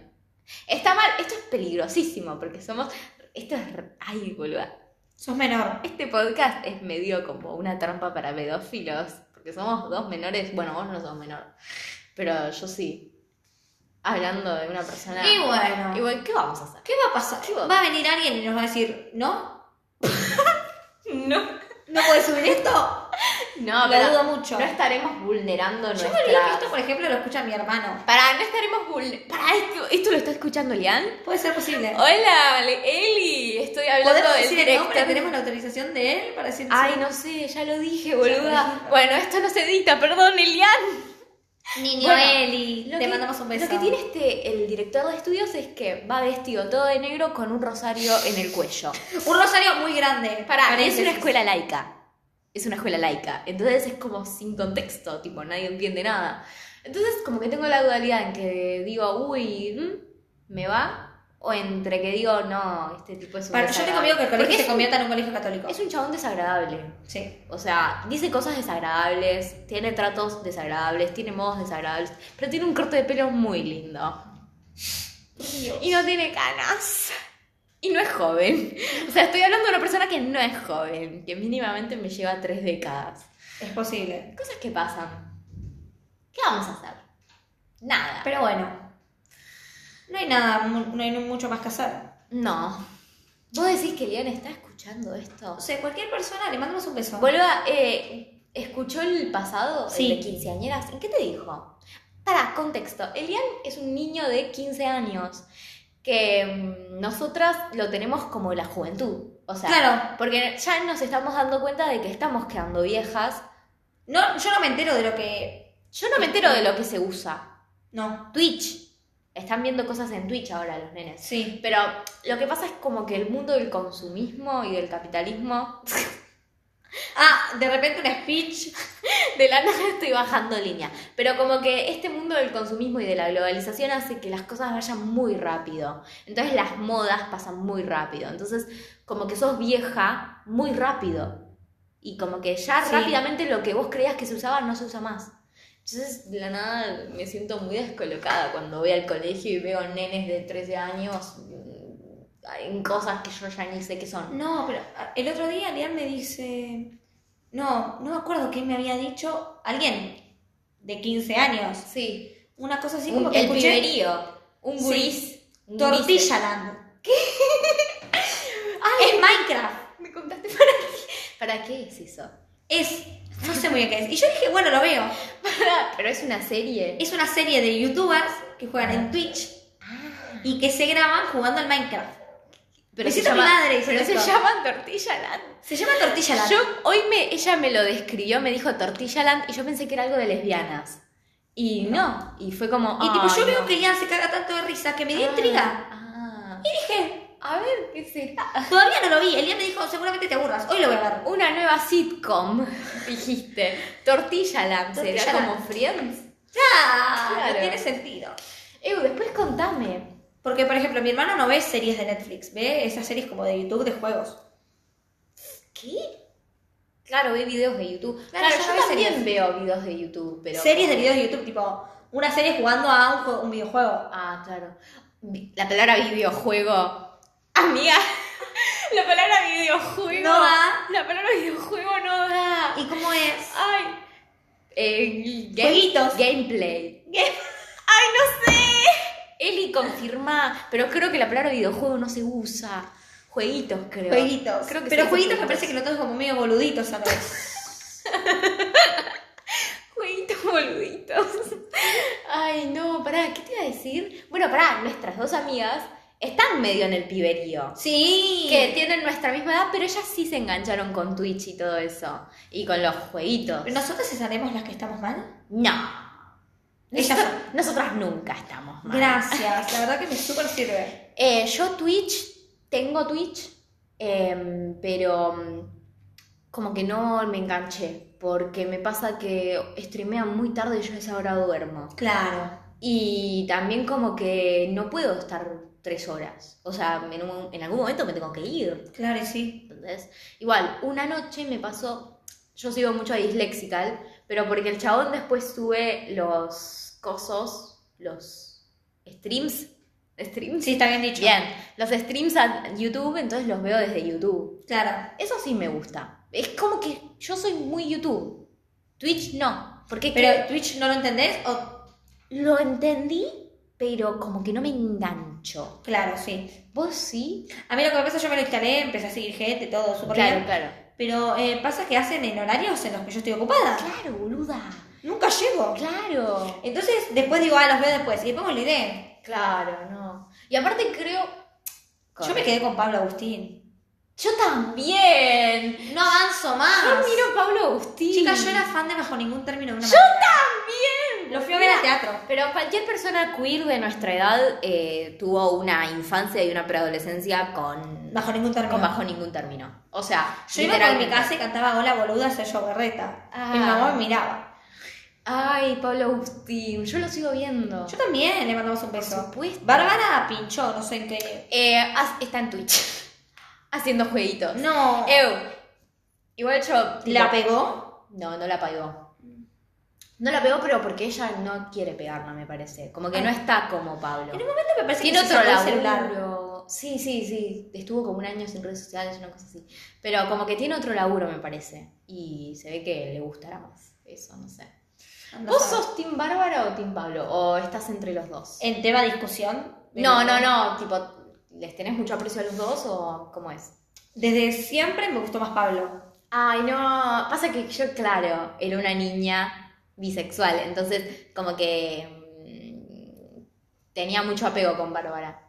Speaker 1: Está mal, esto es peligrosísimo porque somos... Esto es... re- Ay, boluda.
Speaker 2: Sos menor.
Speaker 1: Este podcast es medio como una trampa para pedófilos, porque somos dos menores. Bueno, vos no sos menor, pero yo sí. Hablando de una persona...
Speaker 2: Y bueno.
Speaker 1: Y bueno, ¿qué vamos a hacer?
Speaker 2: ¿Qué va a pasar?
Speaker 1: ¿Qué va a
Speaker 2: Va a venir alguien y nos va a decir, ¿no?
Speaker 1: No.
Speaker 2: ¿No puedes subir esto?
Speaker 1: No,
Speaker 2: Lo
Speaker 1: pero
Speaker 2: dudo mucho.
Speaker 1: no estaremos vulnerando
Speaker 2: Yo
Speaker 1: nuestra...
Speaker 2: me olvido que esto, por ejemplo, lo escucha mi hermano.
Speaker 1: Para, no estaremos vulnerando... Para, esto, esto lo está escuchando Lian.
Speaker 2: Puede ser posible.
Speaker 1: Hola, vale- Eli, estoy hablando
Speaker 2: ¿Podemos
Speaker 1: del
Speaker 2: decir el nombre?
Speaker 1: director.
Speaker 2: ¿Tenemos la autorización de él para decir
Speaker 1: Ay, no sé, ya lo dije, boluda.
Speaker 2: dijiste.
Speaker 1: Bueno, esto no se edita, perdón, Elian.
Speaker 2: Niño
Speaker 1: Bueno,
Speaker 2: Eli,
Speaker 1: Lo
Speaker 2: te
Speaker 1: que-
Speaker 2: mandamos un beso.
Speaker 1: Lo que tiene este, el director de estudios es que va vestido todo de negro con un rosario en el cuello.
Speaker 2: Un rosario muy grande.
Speaker 1: Pará, es
Speaker 2: Paréntesis.
Speaker 1: una escuela laica. Es una escuela laica. Entonces es como sin contexto, tipo, nadie entiende nada. Entonces, como que tengo la dualidad en que digo, uy, mm, ¿me va? O entre que digo, no, este tipo es un.
Speaker 2: Para- yo tengo
Speaker 1: desagradable.
Speaker 2: miedo que el
Speaker 1: Porque
Speaker 2: colegio se
Speaker 1: es un-
Speaker 2: convierta en un colegio católico.
Speaker 1: Es un chabón desagradable.
Speaker 2: Sí.
Speaker 1: O sea, dice cosas desagradables, tiene tratos desagradables, tiene modos desagradables, pero tiene un corte de pelo muy lindo. Y no tiene canas. Y no es joven. O sea, estoy hablando de una persona que no es joven, que mínimamente me lleva tres décadas.
Speaker 2: Es posible.
Speaker 1: Cosas que pasan. ¿Qué vamos a hacer? Nada.
Speaker 2: Pero bueno. No hay nada, mu- no hay mucho más que hacer.
Speaker 1: No. ¿Vos decís que Leon está escuchando esto?
Speaker 2: O sea, cualquier persona, le mandamos un beso.
Speaker 1: Vuelva, eh, ¿escuchó el pasado?
Speaker 2: Sí.
Speaker 1: El de quinceañeras. ¿Y qué te dijo? Para, contexto. Elian es un niño de 15 años que mm, nosotras lo tenemos como la juventud. O sea,
Speaker 2: Claro.
Speaker 1: porque ya nos estamos dando cuenta de que estamos quedando viejas.
Speaker 2: No, yo no me entero de lo que.
Speaker 1: Yo no me entero de lo que se usa.
Speaker 2: No.
Speaker 1: Twitch. Están viendo cosas en Twitch ahora los nenes.
Speaker 2: Sí.
Speaker 1: Pero lo que pasa es como que el mundo del consumismo y del capitalismo,
Speaker 2: Ah, de repente un speech.
Speaker 1: de la nada estoy bajando línea. Pero como que este mundo del consumismo y de la globalización hace que las cosas vayan muy rápido. Entonces las modas pasan muy rápido. Entonces como que sos vieja muy rápido. Y como que ya
Speaker 2: Sí.
Speaker 1: rápidamente lo que vos creías que se usaba no se usa más. Entonces, de la nada me siento muy descolocada cuando voy al colegio y veo nenes de 13 años mm, en cosas que yo ya ni sé qué son.
Speaker 2: No, pero ah, el otro día Lian me dice. No, no me acuerdo quién me había dicho. Alguien de 15 años.
Speaker 1: Sí.
Speaker 2: Una cosa así
Speaker 1: Un-
Speaker 2: como que
Speaker 1: el
Speaker 2: escuché.
Speaker 1: piberío. Un
Speaker 2: Sí.
Speaker 1: gurís. un gurises.
Speaker 2: Tortilla Land. ¿Qué? Ah, es Minecraft.
Speaker 1: Me contaste para qué. ¿Para qué es eso?
Speaker 2: Es. No sé muy bien qué es. Y yo dije, bueno, lo veo.
Speaker 1: Pero es una serie.
Speaker 2: Es una serie de youtubers que juegan en Twitch y que se graban jugando al Minecraft.
Speaker 1: Pero
Speaker 2: Ah. Me
Speaker 1: se
Speaker 2: siento mi
Speaker 1: llama-
Speaker 2: madre diciendo
Speaker 1: Pero se
Speaker 2: esto.
Speaker 1: llaman Tortilla Land.
Speaker 2: Se llama Tortilla Land.
Speaker 1: Yo, hoy me, ella me lo describió, me dijo Tortilla Land y yo pensé que era algo de lesbianas. Y no, y fue como.
Speaker 2: y tipo, yo
Speaker 1: "Ay,
Speaker 2: veo
Speaker 1: no".
Speaker 2: que Lian se caga tanto de risa que me dio
Speaker 1: Ah,
Speaker 2: intriga.
Speaker 1: ah.
Speaker 2: Y dije,
Speaker 1: A ver, ¿qué será?
Speaker 2: todavía no lo vi. El día me dijo, seguramente te aburras. Hoy lo voy a ver.
Speaker 1: Una nueva sitcom, dijiste. Tortilla Land, ¿será
Speaker 2: Tortilla
Speaker 1: como
Speaker 2: Land.
Speaker 1: Friends?
Speaker 2: Claro,
Speaker 1: Claro.
Speaker 2: tiene sentido.
Speaker 1: Ew, después contame.
Speaker 2: Porque, por ejemplo, mi hermano no ve series de Netflix, ve esas series como de YouTube de juegos.
Speaker 1: ¿Qué? Claro, ve videos de YouTube.
Speaker 2: Claro,
Speaker 1: Claro,
Speaker 2: yo
Speaker 1: yo,
Speaker 2: veo
Speaker 1: también veo videos de YouTube, pero.
Speaker 2: Series de videos de YouTube, tipo una serie jugando a un, jue- un videojuego.
Speaker 1: Ah, claro. Vi- La palabra videojuego. Amiga, la palabra videojuego.
Speaker 2: No da.
Speaker 1: La palabra videojuego no da.
Speaker 2: ¿Y cómo es?
Speaker 1: Ay. Eh, game-
Speaker 2: Jueguitos.
Speaker 1: Gameplay.
Speaker 2: ¡Ay, no sé!
Speaker 1: Eli confirma, pero creo que la palabra videojuego no se usa. Jueguitos, creo.
Speaker 2: Jueguitos.
Speaker 1: Creo que
Speaker 2: Pero
Speaker 1: sí,
Speaker 2: jueguitos me parece que lo tengo como medio boluditos a la vez.
Speaker 1: Jueguitos boluditos. Ay, no, pará, ¿qué te iba a decir? Bueno, pará, nuestras dos amigas están medio en el piberío.
Speaker 2: Sí.
Speaker 1: Que tienen nuestra misma edad, pero ellas sí se engancharon con Twitch y todo eso. Y con los jueguitos.
Speaker 2: ¿Pero ¿Nosotras estaremos las que estamos mal?
Speaker 1: No.
Speaker 2: Ellas
Speaker 1: Nosotras, nosotras nunca estamos mal.
Speaker 2: Gracias, la verdad que me súper sirve.
Speaker 1: Eh, yo Twitch, tengo Twitch, em, pero mm, como que no me enganché, porque me pasa que streamean muy tarde y yo a esa hora duermo.
Speaker 2: Claro.
Speaker 1: Y también como que no puedo estar tres horas, o sea, en, un- en algún momento me tengo que ir.
Speaker 2: Claro, y sí.
Speaker 1: ¿entendés? Igual, una noche me pasó, yo sigo mucho a Dyslexical, pero porque el chabón después sube los cosos, los streams, streams.
Speaker 2: Sí, está bien dicho.
Speaker 1: Bien, los streams a YouTube, entonces los veo desde YouTube.
Speaker 2: Claro.
Speaker 1: Eso sí me gusta. Es como que yo soy muy YouTube. Twitch no. Porque es
Speaker 2: Pero Twitch no lo entendés o...
Speaker 1: que lo entendí, pero como que no me engancho.
Speaker 2: Claro, sí.
Speaker 1: ¿Vos sí?
Speaker 2: A mí lo que me pasa, yo me lo instalé, empecé a seguir gente, todo súper
Speaker 1: Claro,
Speaker 2: bien.
Speaker 1: claro.
Speaker 2: Pero eh, pasa que hacen en horarios en los que yo estoy ocupada.
Speaker 1: Claro, boluda.
Speaker 2: Nunca llego.
Speaker 1: Claro.
Speaker 2: Entonces, después digo, ah, los veo después. Y le pongo la idea.
Speaker 1: Claro, no. Y aparte creo...
Speaker 2: Yo me quedé con Pablo Agustín.
Speaker 1: Yo también.
Speaker 2: No avanzo más.
Speaker 1: Yo miro a Pablo Agustín.
Speaker 2: Chica, yo era fan de bajo ningún término de una
Speaker 1: Yo
Speaker 2: manera.
Speaker 1: también.
Speaker 2: Lo fui a ver al
Speaker 1: Mira,
Speaker 2: teatro.
Speaker 1: Pero cualquier persona queer de nuestra edad eh, tuvo una infancia y una preadolescencia con,
Speaker 2: Bajo ningún término.
Speaker 1: con bajo ningún término. O sea,
Speaker 2: Yo iba por mi
Speaker 1: literalmente.
Speaker 2: casa y cantaba Hola boluda, soy yo Berreta.
Speaker 1: Ah.
Speaker 2: Y mi mamá me miraba.
Speaker 1: Ay, Pablo Agustín, yo lo sigo viendo.
Speaker 2: Yo también le mandamos un beso.
Speaker 1: supuesto.
Speaker 2: Bárbara pinchó, no sé en qué.
Speaker 1: Eh, haz- está en Twitch haciendo jueguitos.
Speaker 2: No.
Speaker 1: Ew. Igual yo. tipo,
Speaker 2: Eh, ¿La pegó?
Speaker 1: No, no la pegó. No la pegó, pero porque ella no quiere pegarla, me parece. Como que no está como Pablo.
Speaker 2: En un momento me parece
Speaker 1: Tiene
Speaker 2: que se
Speaker 1: otro laburo.
Speaker 2: sacó el celular.
Speaker 1: Sí, sí, sí. Estuvo como un año sin redes sociales, una cosa así. Pero como que tiene otro laburo, me parece. Y se ve que le gustará más. Eso, no sé.
Speaker 2: Anda
Speaker 1: ¿Vos
Speaker 2: a saber.
Speaker 1: sos Team Bárbara o Team Pablo? ¿O estás entre los dos?
Speaker 2: En tema discusión.
Speaker 1: no, no, no. Tipo, ¿les tenés mucho aprecio a los dos o cómo es?
Speaker 2: Desde siempre me gustó más Pablo.
Speaker 1: Ay, no. Pasa que yo, claro, era una niña bisexual. Entonces, como que. mm, tenía mucho apego con Bárbara.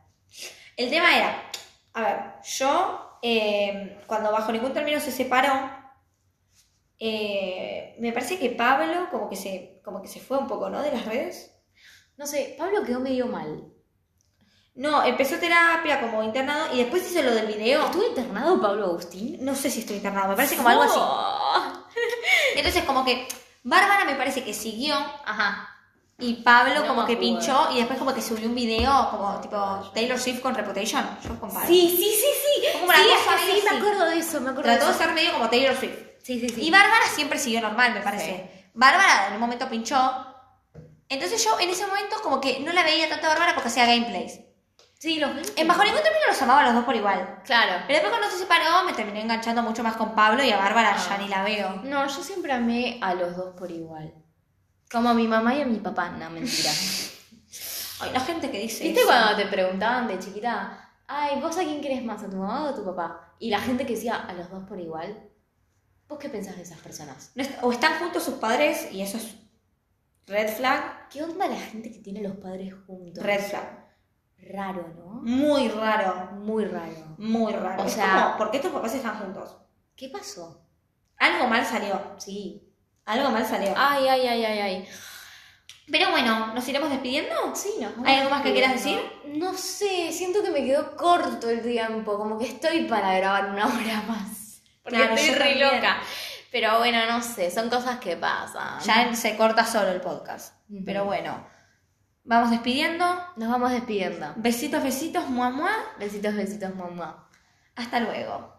Speaker 2: El tema era, a ver, yo eh, cuando bajo ningún término se separó, eh, me parece que Pablo como que se, como que se fue un poco, ¿no? De las redes.
Speaker 1: No sé, Pablo quedó medio mal.
Speaker 2: No, empezó terapia como internado y después hizo lo del video.
Speaker 1: ¿Estuvo internado Pablo Agustín?
Speaker 2: No sé si estoy internado, me parece como algo así.
Speaker 1: Oh.
Speaker 2: Entonces como que Bárbara me parece que siguió
Speaker 1: Ajá.
Speaker 2: y Pablo
Speaker 1: No
Speaker 2: como
Speaker 1: me
Speaker 2: que
Speaker 1: acuerdo.
Speaker 2: pinchó y después como que subió un video como tipo Taylor Swift con Reputation. Yo compadre.
Speaker 1: Sí, sí, sí, sí.
Speaker 2: Fue como una
Speaker 1: sí,
Speaker 2: cosa
Speaker 1: es que
Speaker 2: medio
Speaker 1: sí, me
Speaker 2: así.
Speaker 1: acuerdo de eso, me acuerdo
Speaker 2: Trató
Speaker 1: de
Speaker 2: de
Speaker 1: eso.
Speaker 2: ser medio como Taylor Swift.
Speaker 1: Sí, sí, sí.
Speaker 2: Y Bárbara siempre siguió normal, me parece. Bárbara en un momento pinchó Entonces yo en ese momento como que no la veía tanto a Bárbara porque hacía gameplays.
Speaker 1: Sí, los
Speaker 2: En Bajo Ningún Término los amaba a los dos por igual.
Speaker 1: Claro.
Speaker 2: Pero después cuando se separó me terminé enganchando mucho más con Pablo y a Bárbara
Speaker 1: Ah.
Speaker 2: ya ni la veo.
Speaker 1: No, yo siempre amé a los dos por igual. Como a mi mamá y a mi papá, no, mentira.
Speaker 2: Ay, la gente que dice
Speaker 1: ¿Viste
Speaker 2: eso.
Speaker 1: cuando te preguntaban de chiquita, ay, ¿vos a quién querés más, a tu mamá o a tu papá? Y la gente que decía a los dos por igual. ¿Vos qué pensás de esas personas?
Speaker 2: No est- O están juntos sus padres y eso es red flag,
Speaker 1: ¿Qué onda la gente que tiene los padres juntos?
Speaker 2: red flag.
Speaker 1: Raro, ¿no?
Speaker 2: Muy raro,
Speaker 1: Muy raro.
Speaker 2: muy raro.
Speaker 1: O
Speaker 2: Es
Speaker 1: sea-
Speaker 2: como, ¿por qué estos papás están juntos?
Speaker 1: ¿Qué pasó?
Speaker 2: Algo mal salió,
Speaker 1: Sí.
Speaker 2: algo mal salió.
Speaker 1: Ay, ay, ay, ay, ay.
Speaker 2: Pero bueno, ¿nos iremos despidiendo?
Speaker 1: Sí, nos vamos
Speaker 2: ¿Hay algo más que quieras
Speaker 1: despidiendo. No sé, siento que me quedó corto el tiempo, como que estoy para grabar una hora más. Porque
Speaker 2: Claro,
Speaker 1: estoy
Speaker 2: yo
Speaker 1: re
Speaker 2: también.
Speaker 1: loca. Pero bueno, no sé, son cosas que pasan.
Speaker 2: Ya se corta solo el podcast.
Speaker 1: Ah. Ujú.
Speaker 2: Pero bueno, vamos despidiendo.
Speaker 1: Nos vamos despidiendo.
Speaker 2: Besitos, besitos, muah, muah.
Speaker 1: Besitos, besitos, mamá.
Speaker 2: Hasta luego.